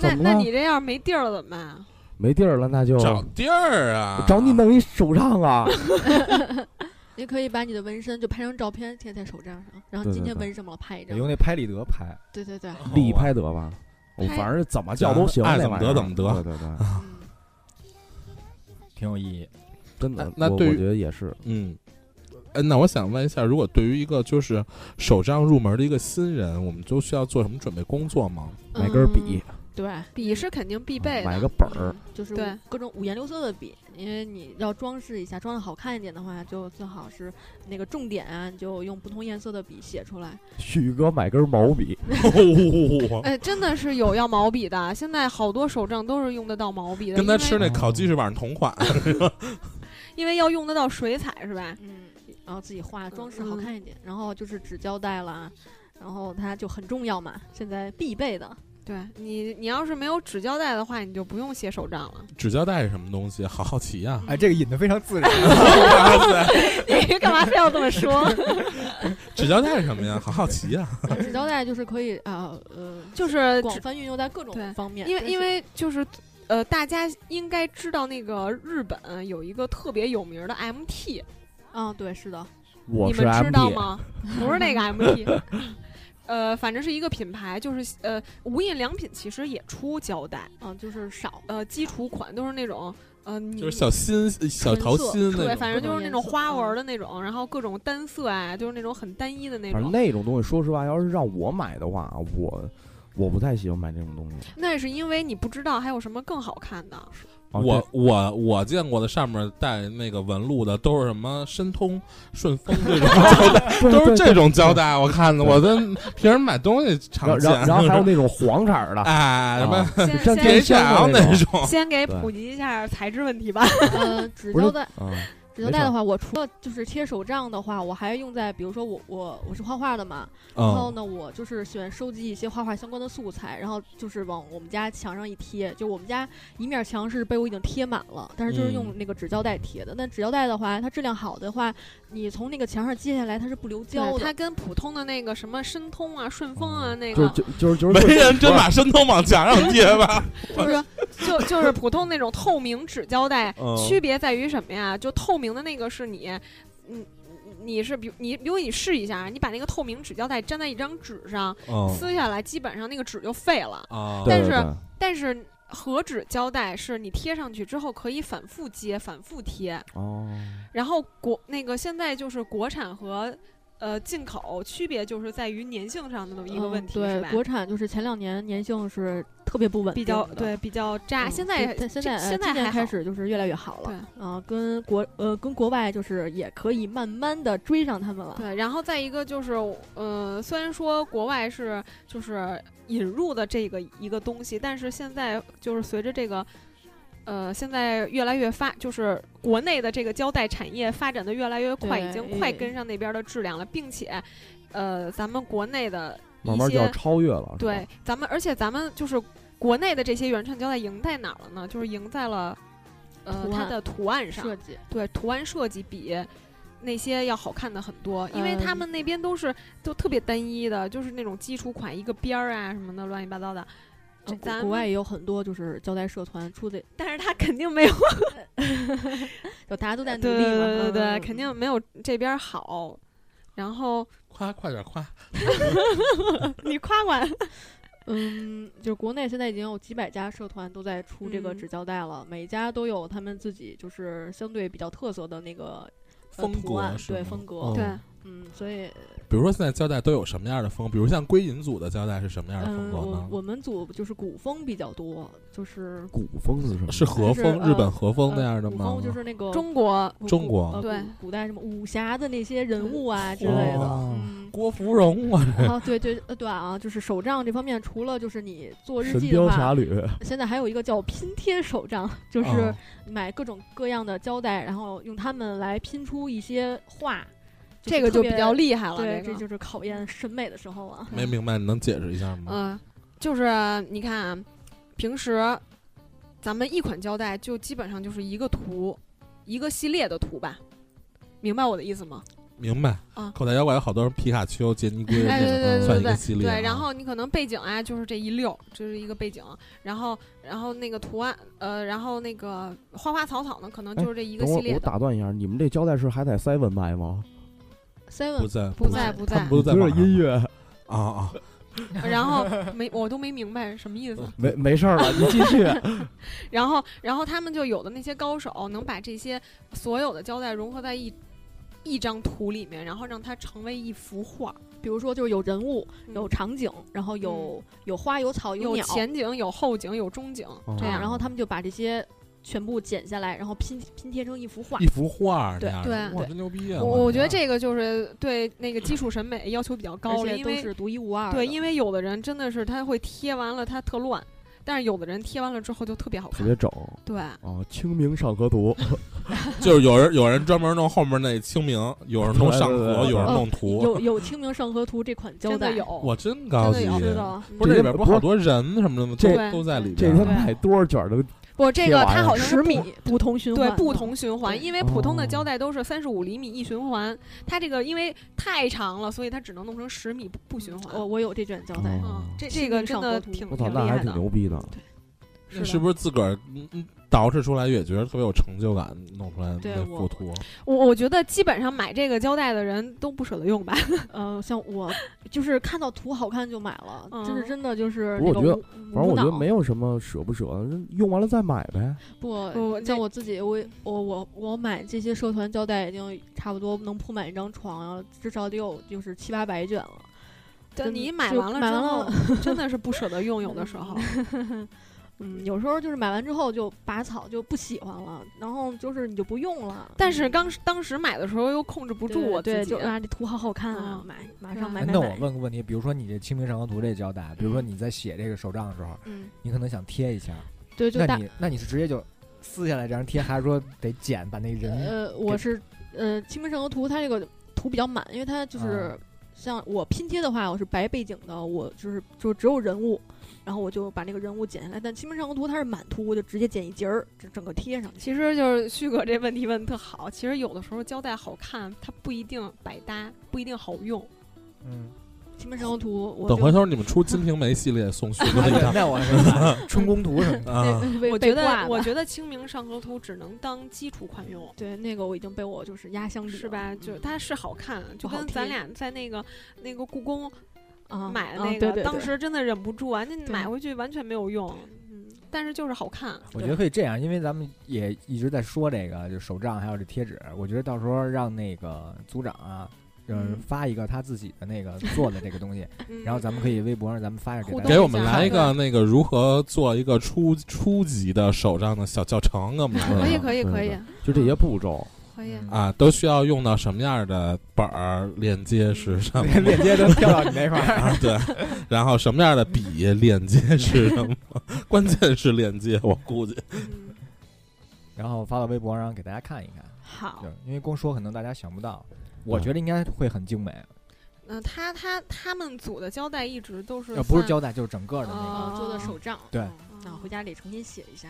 Speaker 7: 那
Speaker 6: 怎么
Speaker 7: 那
Speaker 6: 了
Speaker 7: 你这样没地儿了怎么办？啊
Speaker 6: 没地儿了，那就
Speaker 3: 找地儿啊！
Speaker 6: 找你弄一手账啊！
Speaker 8: 你可以把你的纹身就拍张照片贴在手账上，然后
Speaker 6: 对
Speaker 8: 今
Speaker 6: 对
Speaker 8: 天
Speaker 6: 对啊
Speaker 8: 纹什么了拍一张
Speaker 5: 得。用那拍立得拍，
Speaker 8: 对对对，
Speaker 6: 立拍得吧，我
Speaker 8: 拍
Speaker 6: 反正怎么叫都行，
Speaker 3: 爱
Speaker 6: 那
Speaker 3: 怎么
Speaker 6: 玩意儿
Speaker 3: 得怎么得
Speaker 6: 对对 对，
Speaker 8: 嗯，
Speaker 5: 挺有意义。
Speaker 6: 真的
Speaker 3: 那，那
Speaker 6: 我
Speaker 3: 对于
Speaker 6: 我觉得也是。
Speaker 3: 嗯，呃，那我想问一下，如果对于一个就是手账入门的一个新人，我们都需要做什么准备工作吗？
Speaker 6: 买根笔，
Speaker 8: 对，
Speaker 7: 笔嗯是肯定必备的，
Speaker 6: 买个本儿
Speaker 8: 嗯，就是
Speaker 7: 对
Speaker 8: 各种五颜六色的笔，因为你要装饰一下，装的好看一点的话，就最好是那个重点啊，你就用不同颜色的笔写出来。
Speaker 6: 旭哥买根毛笔，
Speaker 7: 哎，真的是有要毛笔的，现在好多手账都是用得到毛笔的，
Speaker 3: 跟他
Speaker 7: 因为
Speaker 3: 吃那烤鸡翅膀同款。
Speaker 7: 因为要用得到水彩是吧？
Speaker 8: 嗯，然后自己画装饰
Speaker 7: 嗯
Speaker 8: 好看一点，然后就是纸胶带啦，然后它就很重要嘛，现在必备的。
Speaker 7: 对你，你要是没有纸胶带的话，你就不用写手账了。
Speaker 3: 纸胶带是什么东西？好好奇呀、
Speaker 5: 哎，这个引的非常自然，
Speaker 3: 哇塞，
Speaker 7: 你干嘛非要这么说？
Speaker 3: 纸胶带是什么呀？好好奇呀、
Speaker 8: 纸胶带就是可以啊呃
Speaker 7: 就是
Speaker 8: 广
Speaker 7: 纸
Speaker 8: 泛运用在各种
Speaker 7: 对
Speaker 8: 方面，
Speaker 7: 因
Speaker 8: 就
Speaker 7: 为
Speaker 8: 是
Speaker 7: 因为就是呃，大家应该知道那个日本有一个特别有名的 MT，
Speaker 8: 啊对是 的，
Speaker 6: 我
Speaker 7: 你
Speaker 6: 是
Speaker 7: 们知道
Speaker 6: MD，
Speaker 7: 吗？不是那个 MT。呃，反正是一个品牌，就是呃，无印良品其实也出胶带，
Speaker 8: 嗯就是少
Speaker 7: 呃，基础款都是那种，呃，
Speaker 8: 嗯
Speaker 7: 你
Speaker 3: 就是小心呃小桃心那
Speaker 7: 对，
Speaker 3: 种。
Speaker 7: 反正就是那
Speaker 8: 各种颜色
Speaker 7: 种花
Speaker 3: 嗯
Speaker 7: 纹的那种，然后各种单色啊，就是那种很单一的那
Speaker 6: 反正
Speaker 7: 种。
Speaker 6: 那种东西，说实话，要是让我买的话，啊我我不太喜欢买这种东西。
Speaker 7: 那是因为你不知道还有什么更好看 的，
Speaker 6: 啊
Speaker 3: 我我我见过的上面带那个纹路的都是什么申通、顺丰这 种胶带，
Speaker 6: 对
Speaker 3: 都是
Speaker 6: 对对
Speaker 3: 这种胶带。我看的，
Speaker 6: 对
Speaker 3: 我的平时买东西常
Speaker 6: 然
Speaker 3: 见。
Speaker 6: 然然后还有那种黄色儿的， 啊
Speaker 3: 哎什么
Speaker 6: 占
Speaker 7: 先先
Speaker 6: 天
Speaker 3: H
Speaker 6: 香
Speaker 3: L
Speaker 6: 的
Speaker 3: 那
Speaker 6: 那
Speaker 3: 种，
Speaker 7: 先给
Speaker 6: 对
Speaker 7: 普及一下材质问题吧。
Speaker 8: 呃纸
Speaker 6: 不是
Speaker 8: 胶带
Speaker 6: 啊，
Speaker 8: 纸胶
Speaker 6: 没
Speaker 8: 带
Speaker 6: 事
Speaker 8: 的
Speaker 6: 儿
Speaker 8: 话，我除了就是贴手账的话，我还用在比如说我我我是画画的嘛，然后
Speaker 3: 嗯，
Speaker 8: 呢，我就是喜欢收集一些画画相关的素材，然后就是往我们家墙上一贴，就我们家一面墙是被我已经贴满了，但是就是
Speaker 3: 嗯
Speaker 8: 用那个纸胶带贴的。但纸胶带的话，它质量好的话，你从那个墙上揭下来，它是不留胶
Speaker 7: 对 它
Speaker 8: 的。
Speaker 7: 跟普通的那个什么申通啊、顺丰啊那
Speaker 6: 哦就
Speaker 7: 个，
Speaker 6: 就就是就是
Speaker 3: 没人真把申通往墙上贴吧？
Speaker 7: 就是就就是普通那种透明纸胶带，
Speaker 3: 嗯
Speaker 6: 哦
Speaker 7: 区别在于什么呀？就透明的那个是你，嗯。你是比如你，比如你试一下啊，你把那个透明纸胶带粘在一张纸上，
Speaker 6: 哦
Speaker 3: 嗯
Speaker 7: 撕下来，基本上那个纸就废了。
Speaker 3: 啊，
Speaker 6: 对
Speaker 7: 但
Speaker 6: 对
Speaker 7: 是
Speaker 6: 对
Speaker 7: 但是和纸胶带是你贴上去之后可以反复接、反复贴，
Speaker 6: 哦，
Speaker 7: 然后国那个现在就是国产和呃进口区别就是在于粘性上的一个问题，
Speaker 8: 嗯
Speaker 7: 是
Speaker 8: 对，
Speaker 7: 吧？
Speaker 8: 国产就是前两年粘性是特别不稳
Speaker 7: 比
Speaker 8: 定
Speaker 7: 较
Speaker 8: 的
Speaker 7: 对比较渣，
Speaker 8: 嗯
Speaker 7: 现在
Speaker 8: 对现在
Speaker 7: 现在
Speaker 8: 今年
Speaker 7: 还
Speaker 8: 开
Speaker 7: 好
Speaker 8: 始就是越来越好了，
Speaker 7: 对
Speaker 8: 啊，跟国呃跟国外就是也可以慢慢的追上他们了，
Speaker 7: 对，然后再一个就是，呃，虽然说国外是就是引入的这个一个东西，但是现在就是随着这个，呃，现在越来越发，就是国内的这个胶带产业发展的越来越快，已
Speaker 8: 对
Speaker 7: 经快
Speaker 8: 嗯
Speaker 7: 跟上那边的质量了，并且，呃，咱们国内的一
Speaker 6: 慢慢就要
Speaker 7: 些
Speaker 6: 超越了，是吧
Speaker 7: 对，咱们而且咱们就是国内的这些原创胶带赢在哪儿了呢？就是赢在了，呃，
Speaker 8: 图
Speaker 7: 它
Speaker 8: 案
Speaker 7: 的图案上，
Speaker 8: 设计
Speaker 7: 对图案设计比那些要好看的很多，因为
Speaker 8: 嗯
Speaker 7: 他们那边都是都特别单一的，就是那种基础款一个边儿啊什么的乱七八糟的。这
Speaker 8: 嗯
Speaker 7: 咱
Speaker 8: 国外
Speaker 7: 们，
Speaker 8: 也有很多就是胶带社团出的，
Speaker 7: 但是他肯定没有，
Speaker 8: 就大家都在
Speaker 7: 对
Speaker 8: 努力嘛，
Speaker 7: 对对对对，
Speaker 8: 嗯
Speaker 7: 肯定没有这边儿好。然后
Speaker 3: 夸快点夸，
Speaker 8: 呃
Speaker 7: 你夸我，
Speaker 8: 嗯，就是国内现在已经有几百家社团都在出这个
Speaker 7: 嗯
Speaker 8: 纸胶带了，每家都有他们自己就是相对比较特色的那个呃
Speaker 3: 风
Speaker 8: 图
Speaker 3: 格
Speaker 8: 案
Speaker 3: 是
Speaker 8: 对
Speaker 3: 吗
Speaker 8: 风格，
Speaker 3: 哦
Speaker 7: 对，
Speaker 8: 嗯，所以
Speaker 3: 比如说现在胶带都有什么样的风？比如像归隐组的胶带是什么样的
Speaker 8: 嗯，
Speaker 3: 风格
Speaker 8: 我
Speaker 3: 呢？
Speaker 8: 我们组就是古风比较多，就是
Speaker 6: 古风是什么？
Speaker 3: 是和风，
Speaker 8: 就是
Speaker 3: 日本和风
Speaker 8: 呃
Speaker 3: 那样的
Speaker 8: 古
Speaker 3: 吗
Speaker 8: 风？就是那个
Speaker 7: 中国
Speaker 8: 古
Speaker 3: 中国
Speaker 8: 呃古
Speaker 7: 对
Speaker 8: 古代什么武侠的那些人物啊之
Speaker 5: 哦
Speaker 8: 类的，嗯，
Speaker 3: 郭芙蓉啊，
Speaker 7: 嗯
Speaker 8: 啊，对对呃对啊，就是手账这方面，除了就是你做日
Speaker 6: 神
Speaker 8: 记的
Speaker 6: 雕
Speaker 8: 话
Speaker 6: 侠，侣，
Speaker 8: 现在还有一个叫拼贴手账，就是
Speaker 3: 啊
Speaker 8: 买各种各样的胶带，然后用它们来拼出一些画。
Speaker 7: 这个就比较
Speaker 8: 厉
Speaker 7: 厉害了。
Speaker 8: 对，
Speaker 7: 这
Speaker 8: 这
Speaker 7: 个
Speaker 8: 就是考验审美的时候啊了。
Speaker 3: 没明白，你能解释一下吗？
Speaker 7: 嗯，就是你看啊，平时咱们一款胶带就基本上就是一个图，一个系列的图吧，明白我的意思吗？
Speaker 3: 明白
Speaker 7: 啊。
Speaker 3: 口袋妖怪有好多人皮卡丘、杰尼龟
Speaker 7: 哎，
Speaker 3: 那
Speaker 7: 对
Speaker 3: 种
Speaker 7: 对对
Speaker 3: 算
Speaker 7: 对
Speaker 3: 一个系
Speaker 7: 对
Speaker 3: 列啊。
Speaker 7: 对，然后你可能背景啊，就是这一溜，就是一个背景，然后然后那个图案，呃，然后那个花花草草呢，可能
Speaker 6: 哎
Speaker 7: 就是这一个
Speaker 6: 等会
Speaker 7: 系
Speaker 6: 儿我
Speaker 7: 列的。
Speaker 6: 打断一下，你们这胶带是还在 seven 卖吗？
Speaker 3: 不
Speaker 8: Seven
Speaker 3: 在
Speaker 7: 不在不
Speaker 3: 他们
Speaker 7: 在，
Speaker 3: 不是在
Speaker 6: 就
Speaker 3: 网
Speaker 6: 是
Speaker 3: 上
Speaker 6: 音乐，
Speaker 3: 啊啊，
Speaker 7: 然后没我都没明白什么意思。
Speaker 6: 没没事儿了，你继续。
Speaker 7: 然后，然后他们就有的那些高手能把这些所有的胶带融合在一一张图里面，然后让它成为一幅画，
Speaker 8: 比如说就是有人物、
Speaker 7: 嗯
Speaker 8: 有场景，然后有有花、有草、
Speaker 7: 有
Speaker 8: 鸟，
Speaker 7: 前景、有后景、有中景，
Speaker 6: 哦
Speaker 7: 这样。
Speaker 8: 然后他们就把这些全部剪下来，然后拼拼贴成一幅画
Speaker 3: 一。幅画儿那
Speaker 8: 对
Speaker 3: 样
Speaker 7: 对
Speaker 3: 的，哇，
Speaker 7: 对
Speaker 3: 真牛逼啊！
Speaker 7: 我
Speaker 3: 的
Speaker 7: 我觉得
Speaker 3: 天
Speaker 7: 这个就是对那个基础审美要求比较
Speaker 8: 而
Speaker 7: 高了，
Speaker 8: 且
Speaker 7: 因
Speaker 8: 都
Speaker 7: 为
Speaker 8: 是独一无二的。
Speaker 7: 对，因为有的人真的是他会贴完了他特乱，但是有的人贴完了之后就特别好
Speaker 6: 特
Speaker 7: 看
Speaker 6: 别。整
Speaker 7: 对，
Speaker 6: 啊，《清明上河 图》
Speaker 3: 就是有人有人专门弄后面那清明，有人弄上
Speaker 6: 对
Speaker 3: 河，
Speaker 6: 对对对
Speaker 3: 有人弄图，
Speaker 8: 哦有有《清明上河图》这款胶
Speaker 7: 真的
Speaker 8: 带，
Speaker 7: 有，嗯
Speaker 3: 我真高级
Speaker 7: 真。的有
Speaker 8: 知道。
Speaker 3: 不是
Speaker 6: 这
Speaker 3: 里边不
Speaker 6: 不
Speaker 3: 是
Speaker 6: 是
Speaker 3: 好多人什么的吗？
Speaker 6: 这
Speaker 3: 都都在里
Speaker 6: 这
Speaker 3: 边
Speaker 6: 他
Speaker 3: 儿。
Speaker 6: 买多少卷儿都
Speaker 7: 不，这个它好像是
Speaker 8: 十
Speaker 7: 不
Speaker 8: 米不同循环
Speaker 7: 哦对
Speaker 8: 的，
Speaker 7: 不同循环，
Speaker 8: 对
Speaker 7: 因为普通的
Speaker 6: 哦
Speaker 7: 胶带都是三十五厘米一循环，它这个因为太长了，所以它只能弄成十米不不循环。
Speaker 8: 哦我我有这卷胶带，
Speaker 7: 嗯
Speaker 6: 哦，
Speaker 7: 这
Speaker 8: 清
Speaker 7: 这个
Speaker 8: 明
Speaker 7: 真
Speaker 8: 上
Speaker 7: 的
Speaker 8: 河图
Speaker 7: 挺
Speaker 6: 我
Speaker 7: 挺
Speaker 6: 操，
Speaker 7: 厉
Speaker 6: 那还
Speaker 7: 害
Speaker 6: 挺
Speaker 7: 的，
Speaker 6: 牛逼的。
Speaker 7: 的
Speaker 3: 是不是自个儿嗯嗯捯饬出来也觉得特别有成就感？弄出来
Speaker 8: 对
Speaker 3: 那
Speaker 8: 我
Speaker 3: 幅图，
Speaker 7: 我我觉得基本上买这个胶带的人都不舍得用吧。
Speaker 6: 哦
Speaker 8: 呃，像我就是看到图好看就买了，
Speaker 7: 嗯
Speaker 8: 这是真的就是
Speaker 6: 不
Speaker 8: 那
Speaker 6: 过我觉
Speaker 8: 个
Speaker 6: 得
Speaker 8: 无
Speaker 6: 反正
Speaker 8: 无
Speaker 6: 我觉得
Speaker 8: 脑
Speaker 6: 没有什么舍不舍，用完了再买呗。
Speaker 7: 嗯我
Speaker 8: 不，
Speaker 7: 那
Speaker 8: 像我自己，我我我我买这些社团胶带已经差不多能铺满一张床啊，至少得有就是七八百卷了。
Speaker 7: 就
Speaker 8: 真
Speaker 7: 你
Speaker 8: 的
Speaker 7: 买
Speaker 8: 就
Speaker 7: 完了
Speaker 8: 买
Speaker 7: 之
Speaker 8: 完
Speaker 7: 后，真的是不舍得用，有的时候。
Speaker 8: 嗯，有时候就是买完之后就拔草就不喜欢了，然后就是你就不用了。 嗯
Speaker 7: 但是刚当时买的时候又控制不
Speaker 8: 不
Speaker 7: 住我自
Speaker 8: 对，
Speaker 7: 己
Speaker 8: 就，啊，这图好好看啊，
Speaker 7: 嗯
Speaker 8: 买马
Speaker 7: 是
Speaker 8: 上
Speaker 7: 啊
Speaker 8: 买
Speaker 5: 哎
Speaker 8: 买
Speaker 5: 那我
Speaker 8: 买。
Speaker 5: 问个问题，比如说你这《清明上河图》这胶带，比如说
Speaker 7: 嗯
Speaker 5: 你在写这个手账的时候，
Speaker 8: 嗯，
Speaker 5: 你可能想贴一下，
Speaker 8: 对，就
Speaker 5: 那
Speaker 8: 大
Speaker 5: 你那你是直接就撕下来这样贴，还是说得剪把那人？
Speaker 8: 呃，我是呃，《清明上河图》它这个图比较满，因为它就是
Speaker 5: 啊
Speaker 8: 像我拼贴的话，我是白背景的，我就是就只有人物，然后我就把那个人物剪下来。但《清明上河图》它是满图，我就直接剪一截儿，整整个贴上去。
Speaker 7: 其实就是旭哥这问题问得特好。其实有的时候胶带好看，它不一定百搭，不一定好用。
Speaker 5: 嗯，
Speaker 8: 《清明上河图》我
Speaker 3: 等
Speaker 8: 就
Speaker 3: 回头你们出《金瓶梅》系列送旭哥
Speaker 5: 啊
Speaker 3: 一
Speaker 5: 对
Speaker 3: 张
Speaker 5: 那我 是春宫图什么的。
Speaker 3: 啊！
Speaker 8: 那被
Speaker 7: 我
Speaker 8: 被
Speaker 7: 觉
Speaker 8: 挂
Speaker 7: 得，
Speaker 8: 了
Speaker 7: 我觉得《清明上河图》只能当基础款用。
Speaker 8: 对那个我已经被我就是压箱底了
Speaker 7: 是吧？就是它是好看，
Speaker 8: 嗯不
Speaker 7: 就
Speaker 8: 好
Speaker 7: 跟咱
Speaker 8: 贴
Speaker 7: 俩在那个那个故宫
Speaker 8: 啊
Speaker 7: 买的
Speaker 8: 啊
Speaker 7: 那
Speaker 8: 对
Speaker 7: 个，
Speaker 8: 对
Speaker 7: 当
Speaker 8: 对
Speaker 7: 时真的忍不住啊，那你
Speaker 8: 对
Speaker 7: 买回去完全没有用，
Speaker 8: 嗯
Speaker 7: 但是就是好看。
Speaker 8: 哎
Speaker 5: 我觉得可以这样，因为咱们也一直在说这个，就手账还有这贴纸。我觉得到时候让那个组长啊，就是
Speaker 7: 嗯
Speaker 5: 发一个他自己的那个做的这个 东西，然后咱们可以微博上咱们发一下
Speaker 7: 互
Speaker 5: 给大家？
Speaker 7: 动
Speaker 3: 给我们
Speaker 7: 一下
Speaker 3: 来一个那个如何做一个初初级的手账的小教程，啊给我们来
Speaker 7: 可
Speaker 3: 一
Speaker 7: 以
Speaker 3: 下
Speaker 7: 可以
Speaker 6: 对
Speaker 7: 可以
Speaker 6: 嗯对就这些步骤，
Speaker 7: 可以，
Speaker 3: 嗯啊，都需要用到什么样的本儿、链接是什么
Speaker 5: 链接都跳到你那块儿。
Speaker 3: 啊， 对，然后什么样的笔链接是什么？ 关键是链接，我估计
Speaker 7: 嗯
Speaker 5: 然后发到微博上给大家看一看。
Speaker 8: 好
Speaker 5: 对，因为光说可能大家想不到，我觉得应该会很精美，
Speaker 7: 那他他他们组的胶带一直都是
Speaker 5: 要呃不是
Speaker 7: 算
Speaker 5: 胶带就是整个的那个，
Speaker 8: 啊
Speaker 7: 哦
Speaker 8: 做的手账
Speaker 5: 对
Speaker 8: 嗯那我回家得重新写一下。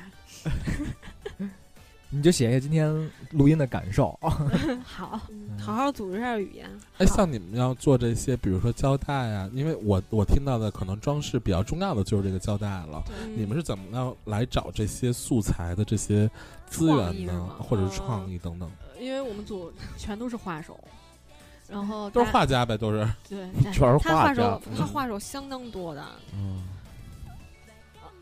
Speaker 5: 你就写一下今天录音的感受。
Speaker 8: 好，
Speaker 7: 嗯 好好组织一下语言。
Speaker 3: 哎，像你们要做这些，比如说胶带啊，因为我我听到的可能装饰比较重要的就是这个胶带了。
Speaker 8: 嗯
Speaker 7: 嗯
Speaker 3: 你们是怎么样来找这些素材的这些资
Speaker 7: 创意
Speaker 3: 源
Speaker 7: 是
Speaker 3: 呢
Speaker 7: 吗？
Speaker 3: 或者
Speaker 8: 呃
Speaker 3: 是创意等等，
Speaker 8: 呃因为我们组全都是画 手，然后
Speaker 3: 都是
Speaker 8: 大
Speaker 3: 画家呗，都是
Speaker 8: 对，
Speaker 6: 全是
Speaker 7: 哎他画
Speaker 6: 家
Speaker 7: 手。
Speaker 5: 嗯
Speaker 7: 他画手相当多的，
Speaker 6: 嗯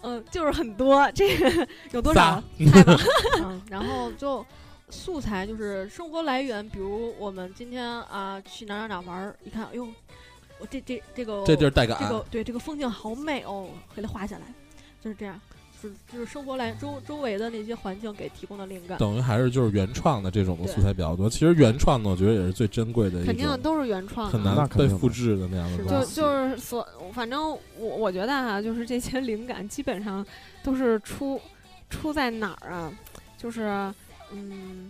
Speaker 7: 嗯，就是很多，这 个有多少
Speaker 3: 仨？
Speaker 7: 猜吧，
Speaker 8: 嗯，然后就素材就是生活来源，比如我们今天啊去哪儿哪儿哪儿玩儿，一看，哎呦，我这这这个
Speaker 3: 这地儿带感啊
Speaker 8: 这。个对这个风景好美哦，给它画下来，就是这样。就是就是生活来周周围的那些环境给提供的灵感。
Speaker 3: 等于还是就是原创的这种的
Speaker 8: 对
Speaker 3: 素材比较多。其实原创的，我觉得也是最珍贵的一
Speaker 7: 肯定
Speaker 3: 种，
Speaker 7: 都是原创
Speaker 3: 很
Speaker 7: 的。
Speaker 6: 那
Speaker 3: 难
Speaker 6: 肯
Speaker 3: 被
Speaker 6: 定的
Speaker 3: 复制的那样的
Speaker 7: 就
Speaker 3: 东西。
Speaker 7: 就是所，反正我我觉得哈、就是这些灵感基本上都是出出在哪儿啊？就是嗯，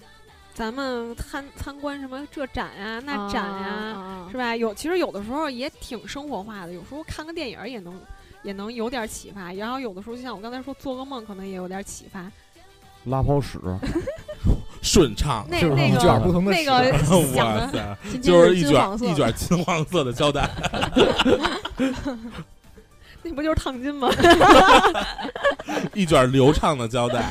Speaker 7: 咱们参参观什么这展啊，那展
Speaker 8: 啊
Speaker 7: 啊，
Speaker 8: 啊
Speaker 7: 是吧？有其实有的时候也挺生活化的，有时候看个电影儿也能也能有点儿启发。然后有的时候就像我刚才说，做个梦可能也有点儿启发。
Speaker 6: 拉泡屎，
Speaker 3: 顺畅，
Speaker 7: 那
Speaker 5: 就是
Speaker 7: 那
Speaker 5: 一卷
Speaker 7: 个
Speaker 5: 不同的
Speaker 7: 那 个 想
Speaker 3: 哇
Speaker 7: 的
Speaker 3: 塞，
Speaker 8: 今天
Speaker 3: 就是一
Speaker 8: 金黄
Speaker 3: 卷
Speaker 8: 色
Speaker 3: 一卷金黄色的胶带，
Speaker 7: 那不就是烫金吗？
Speaker 3: 一卷流畅的胶带，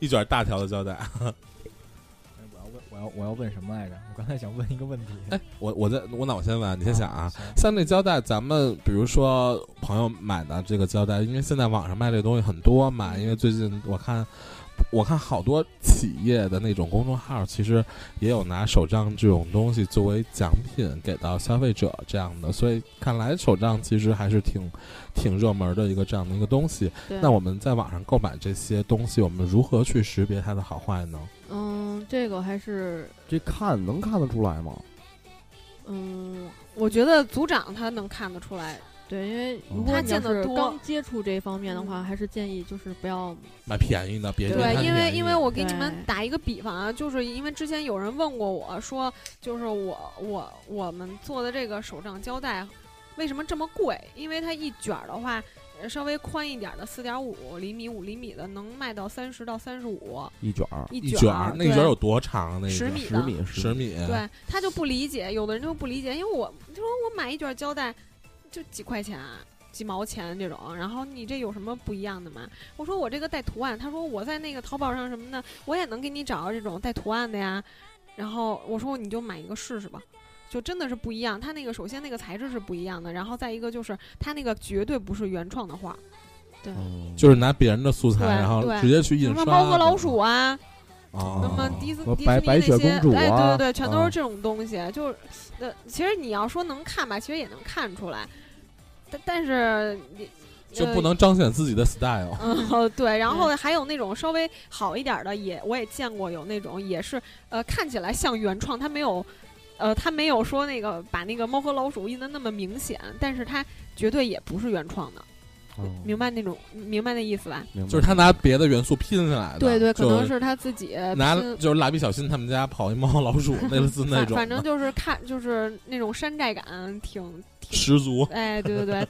Speaker 3: 一卷大条的胶带。
Speaker 5: 哎我要问，我要我要问什么来着？我刚才想问一个问题。
Speaker 3: 哎，我我在我脑先问啊，你先想啊。
Speaker 5: 行
Speaker 3: 像这胶带，咱们比如说朋友买的这个胶带，因为现在网上卖这个东西很多嘛，因为最近我看。我看好多企业的那种公众号，其实也有拿手账这种东西作为奖品给到消费者这样的，所以看来手账其实还是挺挺热门的一个这样的一个东西。
Speaker 8: 对
Speaker 3: 那我们在网上购买这些东西，我们如何去识别它的好坏呢？
Speaker 8: 嗯，这个还是
Speaker 6: 这看能看得出来吗？
Speaker 8: 嗯，
Speaker 7: 我觉得组长他能看得出来，
Speaker 8: 对，因为如
Speaker 6: 哦
Speaker 8: 果
Speaker 7: 他
Speaker 8: 你
Speaker 7: 见
Speaker 8: 要
Speaker 7: 得
Speaker 8: 是
Speaker 7: 多嗯
Speaker 8: 刚接触这方面的话，还是建议就是不要
Speaker 3: 买便宜的，别
Speaker 8: 对
Speaker 3: 贪
Speaker 7: 因为
Speaker 3: 便宜
Speaker 7: 因为我给你们
Speaker 8: 对
Speaker 7: 打一个比方啊，就是因为之前有人问过我说，就是我我我们做的这个手账胶带为什么这么贵？因为它一卷儿的话，呃稍微宽一点儿的四点五厘米、五厘米的能卖到三十到三十五
Speaker 6: 一卷儿
Speaker 7: 一
Speaker 3: 一
Speaker 7: 卷
Speaker 3: 卷
Speaker 7: 儿
Speaker 3: 儿，，那卷
Speaker 7: 对
Speaker 3: 儿有多长啊？那
Speaker 7: 十
Speaker 3: 个
Speaker 7: 米
Speaker 6: 十
Speaker 7: 的。
Speaker 6: 米
Speaker 3: 十米，啊
Speaker 7: 对，他就不理解，有的人就不理解，因为我就说我买一卷胶带就几块钱、啊几毛钱这种，然后你这有什么不一样的嘛？我说我这个带图案，他说我在那个淘宝上什么的，我也能给你找到这种带图案的呀。然后我说你就买一个试试吧。就真的是不一样，它那个首先那个材质是不一样的，然后再一个就是它那个绝对不是原创的画，
Speaker 8: 对。
Speaker 6: 嗯
Speaker 3: 就是拿别人的素材，
Speaker 7: 对
Speaker 3: 然后
Speaker 7: 对
Speaker 3: 直接去
Speaker 7: 什
Speaker 3: 印刷。
Speaker 7: 么猫和老鼠啊，
Speaker 3: 啊，
Speaker 7: 那
Speaker 3: 啊
Speaker 7: 么迪斯
Speaker 6: 和
Speaker 7: 迪士
Speaker 6: 白
Speaker 7: 尼
Speaker 6: 白
Speaker 7: 那
Speaker 6: 雪
Speaker 7: 些，
Speaker 6: 公主
Speaker 7: 哎，对对
Speaker 6: 啊
Speaker 7: 对，全都
Speaker 6: 啊
Speaker 7: 是这种东西，就是，呃，其实你要说能看吧，其实也能看出来，但但是你
Speaker 3: 就
Speaker 7: 呃
Speaker 3: 不能彰显自己的 style。
Speaker 7: 嗯，对，然后还有那种稍微好一点儿的也，我也见过有那种也是，呃，看起来像原创，它没有，呃，它没有说那个把那个猫和老鼠印的那么明显，但是它绝对也不是原创的，
Speaker 6: 哦
Speaker 7: 明白那种明白那意思吧？
Speaker 6: 明白
Speaker 3: 就是他拿别的元素拼上来的，
Speaker 7: 对对，可
Speaker 3: 就
Speaker 7: 能是他自己
Speaker 3: 拿
Speaker 7: 拼
Speaker 3: 就是蜡笔小新他们家跑一猫和老鼠 类似那
Speaker 7: 反
Speaker 3: 种，
Speaker 7: 反正就是看就是那种山寨感挺挺，
Speaker 3: 十足。
Speaker 7: 哎，对对对，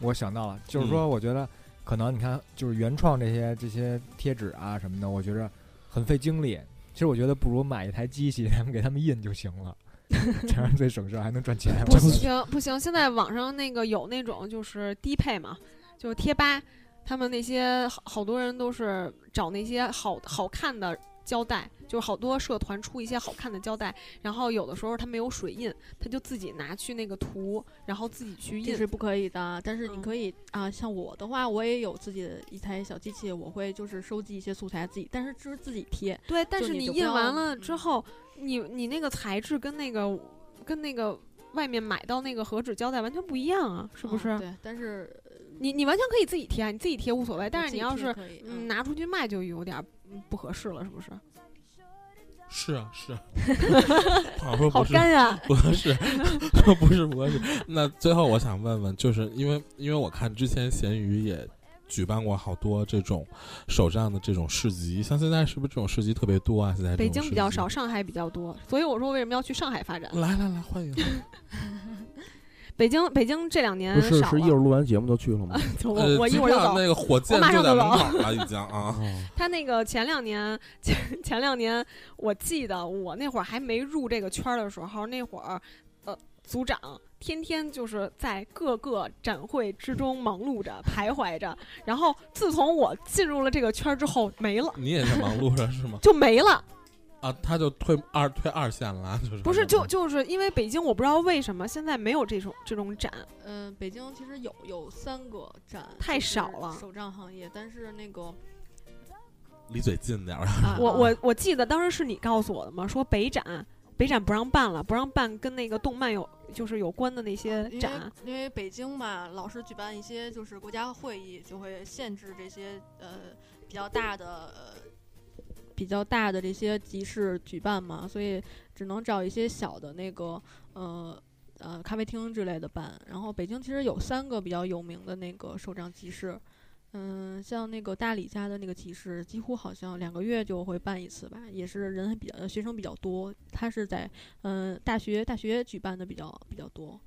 Speaker 5: 我想到了，就是
Speaker 3: 嗯
Speaker 5: 说，我觉得可能你看，就是原创这些这些贴纸啊什么的，我觉着很费精力。其实我觉得不如买一台机器， 咱们给他们印就行了， 这样最省事儿，还能赚钱。
Speaker 7: 不行不行，现在网上那个有那种就是低配嘛，就是贴吧，他们那些好好多人都是找那些好好看的胶带，就是好多社团出一些好看的胶带，然后有的时候他没有水印，他就自己拿去那个涂，然后自己去
Speaker 8: 这
Speaker 7: 印
Speaker 8: 是。不可以的，但是你
Speaker 7: 嗯
Speaker 8: 可以、啊，像我的话，我也有自己的一台小机器，我会就是收集一些素材自己，但是就是自己贴，
Speaker 7: 对，但
Speaker 8: 就是你就不
Speaker 7: 印完
Speaker 8: 要
Speaker 7: 了
Speaker 8: 嗯
Speaker 7: 之后，你你那个材质跟那个跟那个外面买到那个和纸胶带完全不一样啊，是不
Speaker 8: 嗯
Speaker 7: 是？
Speaker 8: 对，但是
Speaker 7: 你你完全可以自己贴，啊，你自己贴无所谓，但
Speaker 8: 我
Speaker 7: 是
Speaker 8: 自
Speaker 7: 你
Speaker 8: 己
Speaker 7: 要
Speaker 8: 贴
Speaker 7: 是
Speaker 8: 可以
Speaker 7: 嗯
Speaker 8: 嗯
Speaker 7: 拿出去卖就有点儿嗯不合适了，是不是？
Speaker 3: 是啊，是 啊，我说
Speaker 7: 好
Speaker 3: 不是，
Speaker 7: 干啊呀、
Speaker 3: 不是，不是，不是。那最后我想问问，就是因为因为我看之前闲鱼也举办过好多这种手账的这种市集，像现在是不是这种市集特别多啊？现在这
Speaker 7: 北
Speaker 3: 种
Speaker 7: 京
Speaker 3: 市
Speaker 7: 比较
Speaker 3: 集
Speaker 7: 少，。上海比较多，所以我说为什么要去上海发
Speaker 6: 嗯
Speaker 7: 展？
Speaker 3: 来来来，欢迎！
Speaker 7: 北京北京这两年
Speaker 6: 不是
Speaker 7: 少
Speaker 6: 是一
Speaker 7: 了
Speaker 6: 会儿录完节目就去了吗？
Speaker 7: 就我、
Speaker 3: 呃
Speaker 7: 我一
Speaker 3: 机
Speaker 7: 会儿就
Speaker 3: 票
Speaker 7: 走。
Speaker 3: 那个火箭
Speaker 7: 马
Speaker 3: 就
Speaker 7: 上
Speaker 3: 在
Speaker 7: 就
Speaker 3: 门
Speaker 7: 走
Speaker 3: 口了，已经啊。
Speaker 7: 他那个前两年前前两年，我记得我那会儿还没入这个圈儿的时候，那会儿呃组长。天天就是在各个展会之中忙碌着、徘徊着，然后自从我进入了这个圈儿之后，没了
Speaker 3: 你也是忙碌着是吗？
Speaker 7: 就没了。
Speaker 3: 啊，他就退二退二线了，就是
Speaker 7: 不是，就就是因为北京，我不知道为什么现在没有这种这种
Speaker 5: 啊
Speaker 7: 展，
Speaker 8: 嗯、北京其实有有三个展，
Speaker 7: 太
Speaker 8: 就是
Speaker 7: 少了
Speaker 8: 手账行业，但是那个、
Speaker 3: 离嘴近点儿。
Speaker 8: 啊、
Speaker 7: 我
Speaker 8: 啊
Speaker 7: 我我记得当时是你告诉我的嘛，说北展北展不让办了，不让办跟那个动漫有就是有关的那些
Speaker 8: 啊
Speaker 5: 呃
Speaker 8: 因为
Speaker 7: 展。
Speaker 8: 因为北京嘛，老是举办一些就是国家会议，就会限制这些呃比较大的、呃、比较大的这些集市举办嘛，所以只能找一些小的那个呃呃咖啡厅之类的办。然后北京其实有三个比较有名的那个手账集市。嗯，像那个大理家的那个集市，几乎好像两个月就会办一次吧，也是人还比较学生比较多。他是在嗯大学大学举办的比较比较多。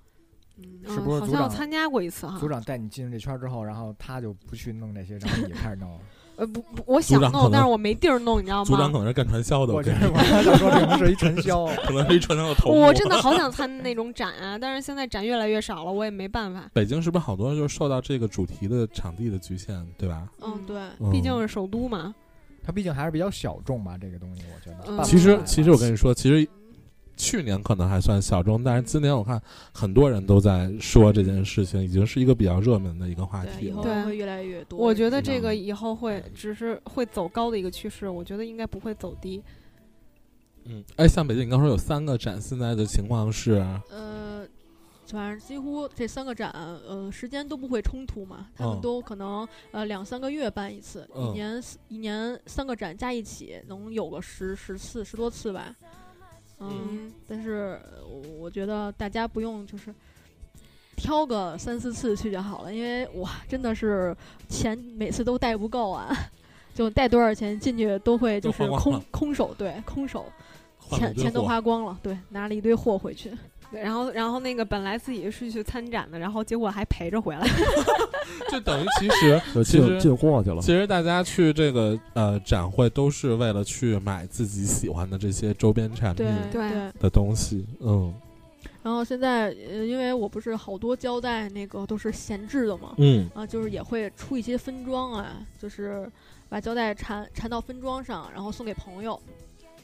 Speaker 8: 嗯，
Speaker 5: 是不是
Speaker 7: 嗯、好
Speaker 5: 组
Speaker 7: 像我
Speaker 5: 长
Speaker 7: 参加过一次哈
Speaker 5: 组？长带你进入这圈之后，然后他就不去弄这些，然后你开始弄了。
Speaker 7: 呃，不不，我想
Speaker 3: 组长可
Speaker 7: 弄，
Speaker 3: 能
Speaker 7: 但是我没地儿弄，你知道
Speaker 3: 组长
Speaker 7: 吗？
Speaker 3: 可能是干传销的，
Speaker 5: 我
Speaker 3: 我
Speaker 5: 觉
Speaker 3: 跟你
Speaker 5: 得我刚想说这不是一传销，
Speaker 3: 可能是 一传销的啊头目。
Speaker 7: 我真的好 想参那种展啊，但是现在展越来越少了，我也没办法。
Speaker 3: 北京是不是好多就是受到这个主题的场地的局限，对吧？
Speaker 8: 嗯，对，
Speaker 3: 嗯
Speaker 7: 毕竟是首都嘛。
Speaker 5: 他毕竟还是比较小众吧，这个东西我觉得办
Speaker 7: 嗯
Speaker 5: 不
Speaker 3: 其
Speaker 5: 出
Speaker 3: 实
Speaker 5: 来
Speaker 3: 其实我跟你说，其实去年可能还算小众，但是今年我看很多人都在说这件事情，已经是一个比较热门的一个话
Speaker 8: 对，
Speaker 3: 题
Speaker 8: 以后
Speaker 3: 了。
Speaker 7: 对
Speaker 8: 会越来越多。
Speaker 7: 我觉得
Speaker 3: 知道
Speaker 7: 这
Speaker 3: 吗
Speaker 7: 个以后会只是会走高的一个趋势，我觉得应该不会走低。
Speaker 3: 嗯，哎，像北京，你刚说有三个展，现在的情况是，
Speaker 8: 呃，反正几乎这三个展，呃，时间都不会冲突嘛，他们
Speaker 3: 嗯
Speaker 8: 都可能呃两三个月办一次，
Speaker 3: 嗯
Speaker 8: 一年四一年三个展加一起能有个十十次十多次吧。嗯，但是呃我我觉得大家不用就是。挑个三四次去就好了，因为我真的是钱每次都带不够啊， 就带多少钱进去都会就
Speaker 3: 都花
Speaker 8: 是
Speaker 3: 光
Speaker 8: 空
Speaker 3: 了
Speaker 8: 空手，对，空手
Speaker 3: 换了
Speaker 8: 钱
Speaker 3: 一堆
Speaker 8: 钱都
Speaker 3: 货
Speaker 8: 花光了，对，拿了一堆货回去。
Speaker 7: 对，然后然后那个本来自己是去参展的，然后结果还陪着回来。
Speaker 3: 就等于其 实
Speaker 6: 就
Speaker 3: 其
Speaker 6: 进
Speaker 3: 实
Speaker 6: 进货去了
Speaker 3: 其。实大家去这个呃展会都是为了去买自己喜欢的这些周边产品
Speaker 7: 对
Speaker 8: 对，
Speaker 3: 的东西，嗯
Speaker 8: 然后现在，呃，因为我不是好多胶带那个都是闲置的嘛，
Speaker 3: 嗯，
Speaker 8: 啊，就是也会出一些分装啊，就是把胶带缠缠到分装上，然后送给朋友。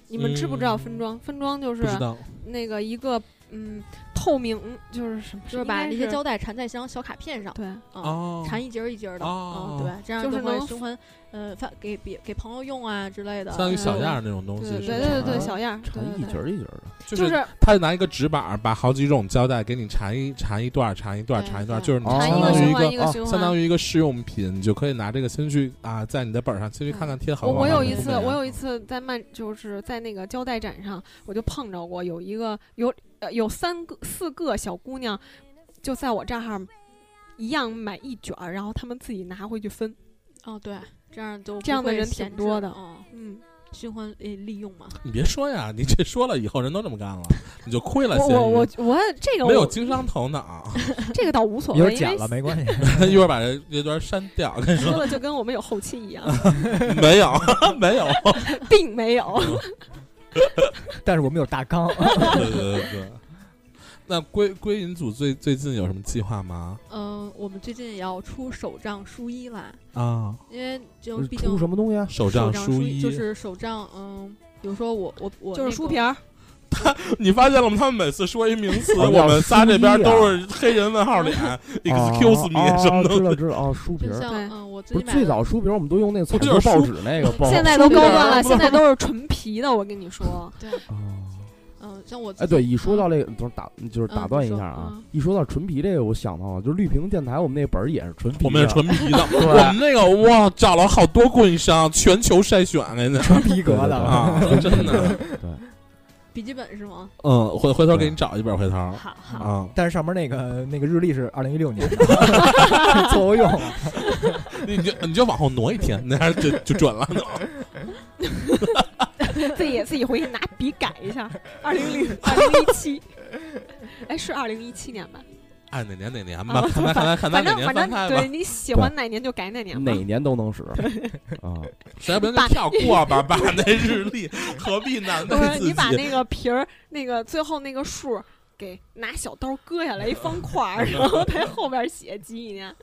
Speaker 7: 你们知不知道
Speaker 3: 嗯
Speaker 7: 分装？分装就
Speaker 3: 不
Speaker 7: 是
Speaker 3: 知道
Speaker 7: 那个一个嗯透明，就是什么，
Speaker 8: 就是把那
Speaker 7: 那
Speaker 8: 些胶带缠在一张小卡片上，
Speaker 7: 对，
Speaker 8: 啊，
Speaker 3: 哦，
Speaker 8: 缠一节儿一节儿的，
Speaker 3: 哦
Speaker 8: 啊，对，这样
Speaker 7: 就是
Speaker 8: 会
Speaker 7: 能
Speaker 8: 循环，呃，发给别给朋友用啊之类的。
Speaker 3: 相当于小
Speaker 8: 嗯
Speaker 3: 样儿那种东西，
Speaker 7: 对
Speaker 3: 是
Speaker 7: 对
Speaker 3: 吧
Speaker 7: 对对，
Speaker 6: 缠
Speaker 7: 小样儿，
Speaker 6: 缠
Speaker 7: 对对
Speaker 6: 一
Speaker 7: 对
Speaker 6: 节儿一节儿的，
Speaker 7: 就
Speaker 3: 就是他拿一个纸板儿把好几种胶带给你缠一缠一段儿，缠一段儿，
Speaker 8: 对
Speaker 3: 缠一段儿，
Speaker 8: 对
Speaker 3: 就是你
Speaker 6: 哦
Speaker 7: 缠
Speaker 3: 相
Speaker 7: 一个
Speaker 3: 当于
Speaker 7: 循
Speaker 3: 一
Speaker 7: 环一
Speaker 3: 个。
Speaker 7: 个
Speaker 6: 哦
Speaker 7: 循环，
Speaker 3: 相当于一个试用品，你就可以拿这个先去啊，在你的本儿上先去看看贴好
Speaker 7: 我
Speaker 3: 不好啊
Speaker 7: 我
Speaker 3: 看。
Speaker 7: 有一
Speaker 3: 都
Speaker 7: 次
Speaker 3: 这，样
Speaker 7: 我有一次在漫，就是在那个胶带展上，我就碰着过有一个有呃有三个四个小姑娘，就在我这儿一样买一卷儿，然后她们自己拿回去分。
Speaker 8: 哦，对，这样就
Speaker 7: 这样的人挺多的
Speaker 8: 嗯，
Speaker 7: 嗯，
Speaker 8: 循环呃利用嘛。
Speaker 3: 你别说呀，你这说了以后人都这么干了，你就亏了
Speaker 7: 我
Speaker 3: 闲鱼。
Speaker 7: 我我我这个
Speaker 3: 没有
Speaker 7: 我
Speaker 3: 经商头脑，
Speaker 7: 这个倒无所
Speaker 5: 一会儿
Speaker 7: 谓，因
Speaker 5: 剪
Speaker 7: 为
Speaker 5: 了没 关系。
Speaker 3: 一会儿把这这段删掉。 跟你
Speaker 7: 说
Speaker 3: 说，
Speaker 7: 的就跟我们有后期一样，
Speaker 3: 没有 没有，
Speaker 7: 并没有。
Speaker 5: 但是我们有大 纲，
Speaker 3: 对对对对。那归归隐组最最近有什么计划吗？
Speaker 8: 嗯，我们最近也要出手账书衣啦，
Speaker 3: 啊，
Speaker 8: 因为就
Speaker 6: 不是
Speaker 8: 毕竟
Speaker 6: 出什么东西啊？
Speaker 3: 手
Speaker 8: 手
Speaker 3: 账
Speaker 8: 账书
Speaker 3: 衣，
Speaker 8: 就是手账，嗯，比如说我我我
Speaker 7: 就是
Speaker 8: 那
Speaker 7: 书
Speaker 8: 个
Speaker 7: 皮儿，
Speaker 3: 你发现了吗？他们每次说一名词，
Speaker 6: 哦
Speaker 3: 我们仨这边
Speaker 6: 叫
Speaker 3: 都是黑人问号脸，excuse me 什么
Speaker 6: 啊知
Speaker 3: 的。
Speaker 6: 道知道啊，书皮
Speaker 8: 就
Speaker 6: 儿
Speaker 8: 像
Speaker 7: 对
Speaker 8: 嗯，我自
Speaker 6: 不
Speaker 8: 己
Speaker 6: 是
Speaker 8: 买
Speaker 6: 最
Speaker 8: 的
Speaker 6: 早书皮儿，我们都用那个彩
Speaker 3: 就
Speaker 6: 色
Speaker 3: 是书
Speaker 6: 报纸那个报。
Speaker 7: 现在
Speaker 8: 书
Speaker 7: 都
Speaker 8: 皮
Speaker 7: 高
Speaker 8: 儿
Speaker 7: 端了，
Speaker 3: 不
Speaker 7: 现在都是纯皮的。我跟你说，
Speaker 8: 对，
Speaker 6: 啊
Speaker 8: 嗯，像我自
Speaker 6: 哎，
Speaker 8: 己
Speaker 6: 对，一说到这个，就是打，就是打
Speaker 8: 嗯
Speaker 6: 断一
Speaker 8: 你说
Speaker 6: 下啊！
Speaker 8: 嗯
Speaker 6: 一说到纯皮这个，我想到了，就是绿屏电台，我们那本儿也是纯皮
Speaker 3: 我
Speaker 6: 啊的，
Speaker 3: 们是纯皮的，
Speaker 6: 对
Speaker 3: 我们那个哇，找了好多供应商，全球筛选来的
Speaker 5: 纯皮革的。
Speaker 3: 啊，真的。
Speaker 8: 笔记本是吗？
Speaker 3: 嗯，回回头给你找一本，回头
Speaker 8: 好好，
Speaker 3: 啊，
Speaker 5: 但是上面那个那个日历是二零一六年的， 错误用。
Speaker 3: 你就你就往后挪一天，那样就就准了。
Speaker 7: 自己自己回去拿笔改一 下。二零零二零一七，哎，是二零一七年吧？
Speaker 3: 按哎哪年哪年
Speaker 7: 啊
Speaker 3: 吧，看他看他看他
Speaker 7: 反
Speaker 3: 哪
Speaker 7: 正
Speaker 3: 年
Speaker 7: 反
Speaker 3: 翻
Speaker 7: 正
Speaker 3: 拍吧
Speaker 7: 对， 你喜欢哪年就改哪年 吧
Speaker 6: 哪。年都能使啊！
Speaker 3: 实在不行就跳过吧，把那日历何必呢？
Speaker 7: 不是，你把
Speaker 3: 自己
Speaker 7: 那个皮儿那个最后那个数儿给拿小刀割下来一方 块儿，然后在后边写几几年。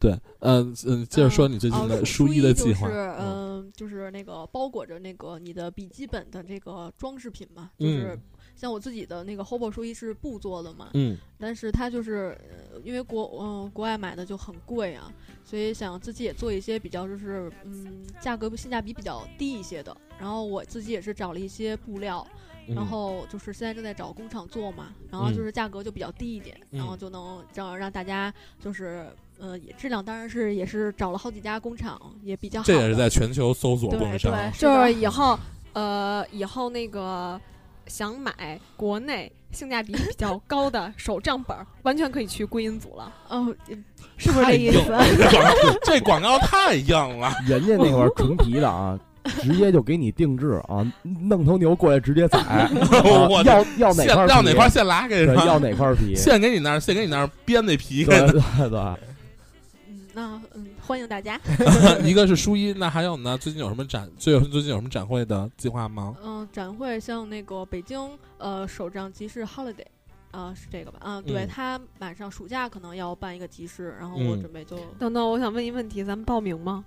Speaker 3: 对，嗯嗯，接着说你最近
Speaker 8: 哦
Speaker 3: 的
Speaker 8: 书
Speaker 3: 书
Speaker 8: 衣
Speaker 3: 衣的计划
Speaker 8: 就是，
Speaker 3: 嗯
Speaker 8: 嗯，就是那个包裹着那个你的笔记本的这个装饰品嘛，就是
Speaker 3: 嗯
Speaker 8: 像我自己的那个 Hobo 书衣是布做的嘛，
Speaker 3: 嗯，
Speaker 8: 但是它就是呃因为国嗯、国外买的就很贵啊，所以想自己也做一些比较就是嗯价格性价比比较低一些的。然后我自己也是找了一些布料，然后就是现在正在找工厂做嘛，然后就是价格就比较低一点，
Speaker 3: 嗯
Speaker 8: 然后就能让让大家就是呃也质量当然是也是找了好几家工厂也比较好的，
Speaker 3: 这也是在全球搜索
Speaker 8: 对
Speaker 3: 供应商，
Speaker 8: 对，
Speaker 7: 就
Speaker 8: 的
Speaker 7: 是以后呃以后那个想买国内性价比比较高的手账本儿，完全可以去归因组了。
Speaker 8: 哦， 是不是这意
Speaker 3: 硬
Speaker 8: 思？
Speaker 3: 了，这广告这广告太硬 了。
Speaker 6: 人家那块儿纯皮的啊，直接就给你定制啊，弄头牛过来直接 宰，啊
Speaker 3: 我
Speaker 6: 要要哪
Speaker 3: 现
Speaker 6: 块儿
Speaker 3: 要
Speaker 6: 皮
Speaker 3: 哪块儿现拉给人，
Speaker 6: 对，要哪块儿皮，
Speaker 3: 现给你那儿，现给你那儿编那皮
Speaker 6: 对， 对对，
Speaker 8: 嗯，那嗯，欢迎大家。
Speaker 3: 一个是书衣，那还有呢？最近有什么展？最最近有什么展会的计划吗？
Speaker 8: 嗯，展会像那个北京呃首张集市 Holiday。啊、是这个吧？啊，对，
Speaker 3: 嗯
Speaker 8: 他马上暑假可能要办一个集市，然后我
Speaker 3: 嗯
Speaker 8: 准备就，嗯、
Speaker 7: 等等，我想问一问题，咱们报名吗？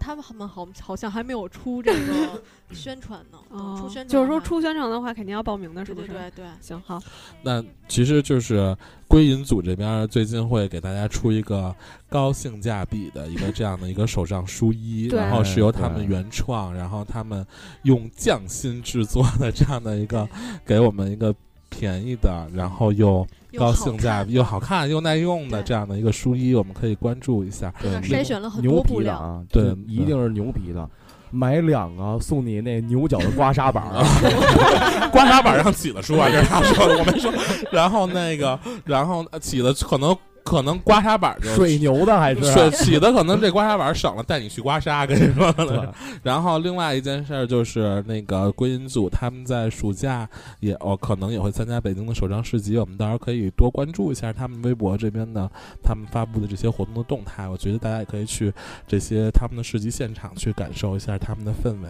Speaker 8: 他们好像好好像还没有出这 个宣传呢，等出宣传
Speaker 7: 哦就是说
Speaker 8: 的话
Speaker 7: 出宣传的话，肯定要报名的，是
Speaker 8: 对
Speaker 7: 不
Speaker 8: 对
Speaker 7: 是？
Speaker 8: 对对，
Speaker 7: 行好，
Speaker 3: 那其实就是归隐组这边最近会给大家出一个高性价比的一个这样的一个手账 书衣，
Speaker 7: 对
Speaker 3: 然后是由他们原创，然后他们用匠心制作的这样的一 个，给我们一个便宜的，然后又
Speaker 8: 又
Speaker 3: 高
Speaker 8: 好
Speaker 3: 性价
Speaker 8: 看
Speaker 3: 比又好看又耐用的
Speaker 8: 对
Speaker 3: 这样的一个书衣，我们可以关注一下。
Speaker 8: 真的
Speaker 6: 对
Speaker 8: 筛选了很
Speaker 6: 牛
Speaker 8: 多布
Speaker 6: 皮的
Speaker 8: 料，
Speaker 6: 啊，
Speaker 3: 对
Speaker 6: 这一定是牛皮的。买两个送你那牛角的刮痧 板儿，啊
Speaker 3: 刮痧板让起子说啊，这是他说的，我没说。然后那个，然后呃起子可能可能刮痧板就
Speaker 6: 水牛的还是
Speaker 3: 水起的可能这刮痧板省了带你去刮痧，跟你说可能是
Speaker 6: 对。
Speaker 3: 然后另外一件事儿就是那个归因组他们在暑假也哦可能也会参加北京的首张市集，我们到时候可以多关注一下他们微博这边的他们发布的这些活动的动态。我觉得大家也可以去这些他们的市集现场去感受一下他们的氛围。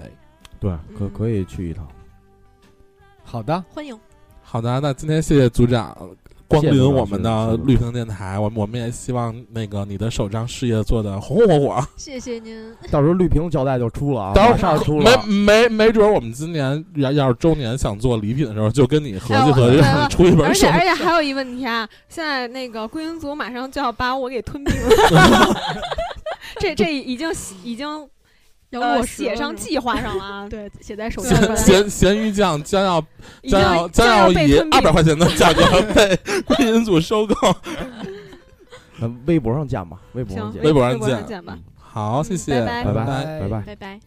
Speaker 6: 对，可可以去一趟。
Speaker 5: 好的，
Speaker 8: 欢迎。
Speaker 3: 好的，那今天谢谢组长光
Speaker 6: 谢谢
Speaker 3: 临
Speaker 6: 组长
Speaker 3: 我们的
Speaker 6: 谢谢组长
Speaker 3: 绿屏电台，我们我们也希望那个你的首张事业做得红红火火。
Speaker 8: 谢谢您，
Speaker 6: 到时候绿屏胶带就出了啊，
Speaker 3: 到
Speaker 6: 马
Speaker 3: 时候
Speaker 6: 上出了
Speaker 3: 没。没没准儿我们今年要要是周年想做礼品的时候，就跟你合
Speaker 7: 哎
Speaker 3: 计
Speaker 7: 我
Speaker 3: 合计，
Speaker 7: 对
Speaker 3: 让 你出一本
Speaker 7: 而
Speaker 3: 手
Speaker 7: 且。而且还有一问题啊，现在那个归因组马上就要把我给吞并了，这这已经已经
Speaker 8: 要
Speaker 7: 呃
Speaker 8: 落实
Speaker 7: 写
Speaker 8: 了
Speaker 7: 上
Speaker 8: 是吗，
Speaker 7: 计划上了啊，
Speaker 8: 对，写在手
Speaker 7: 对
Speaker 8: 上
Speaker 7: 对
Speaker 8: 吧。
Speaker 3: 咸咸鱼酱将要
Speaker 7: 已
Speaker 3: 将要
Speaker 7: 经
Speaker 3: 将
Speaker 7: 要
Speaker 3: 要
Speaker 7: 被
Speaker 3: 以
Speaker 7: 吞
Speaker 3: 二百
Speaker 7: 并。
Speaker 3: 块钱的价格 被归因组收购。
Speaker 6: 那微博上见吧，微博上
Speaker 7: 行，
Speaker 6: 见。
Speaker 3: 微博上
Speaker 7: 上
Speaker 3: 见
Speaker 7: 见吧，
Speaker 3: 好，谢
Speaker 7: 嗯
Speaker 3: 谢，
Speaker 7: 拜
Speaker 6: 拜
Speaker 3: 拜。
Speaker 6: 拜拜。
Speaker 8: 拜拜。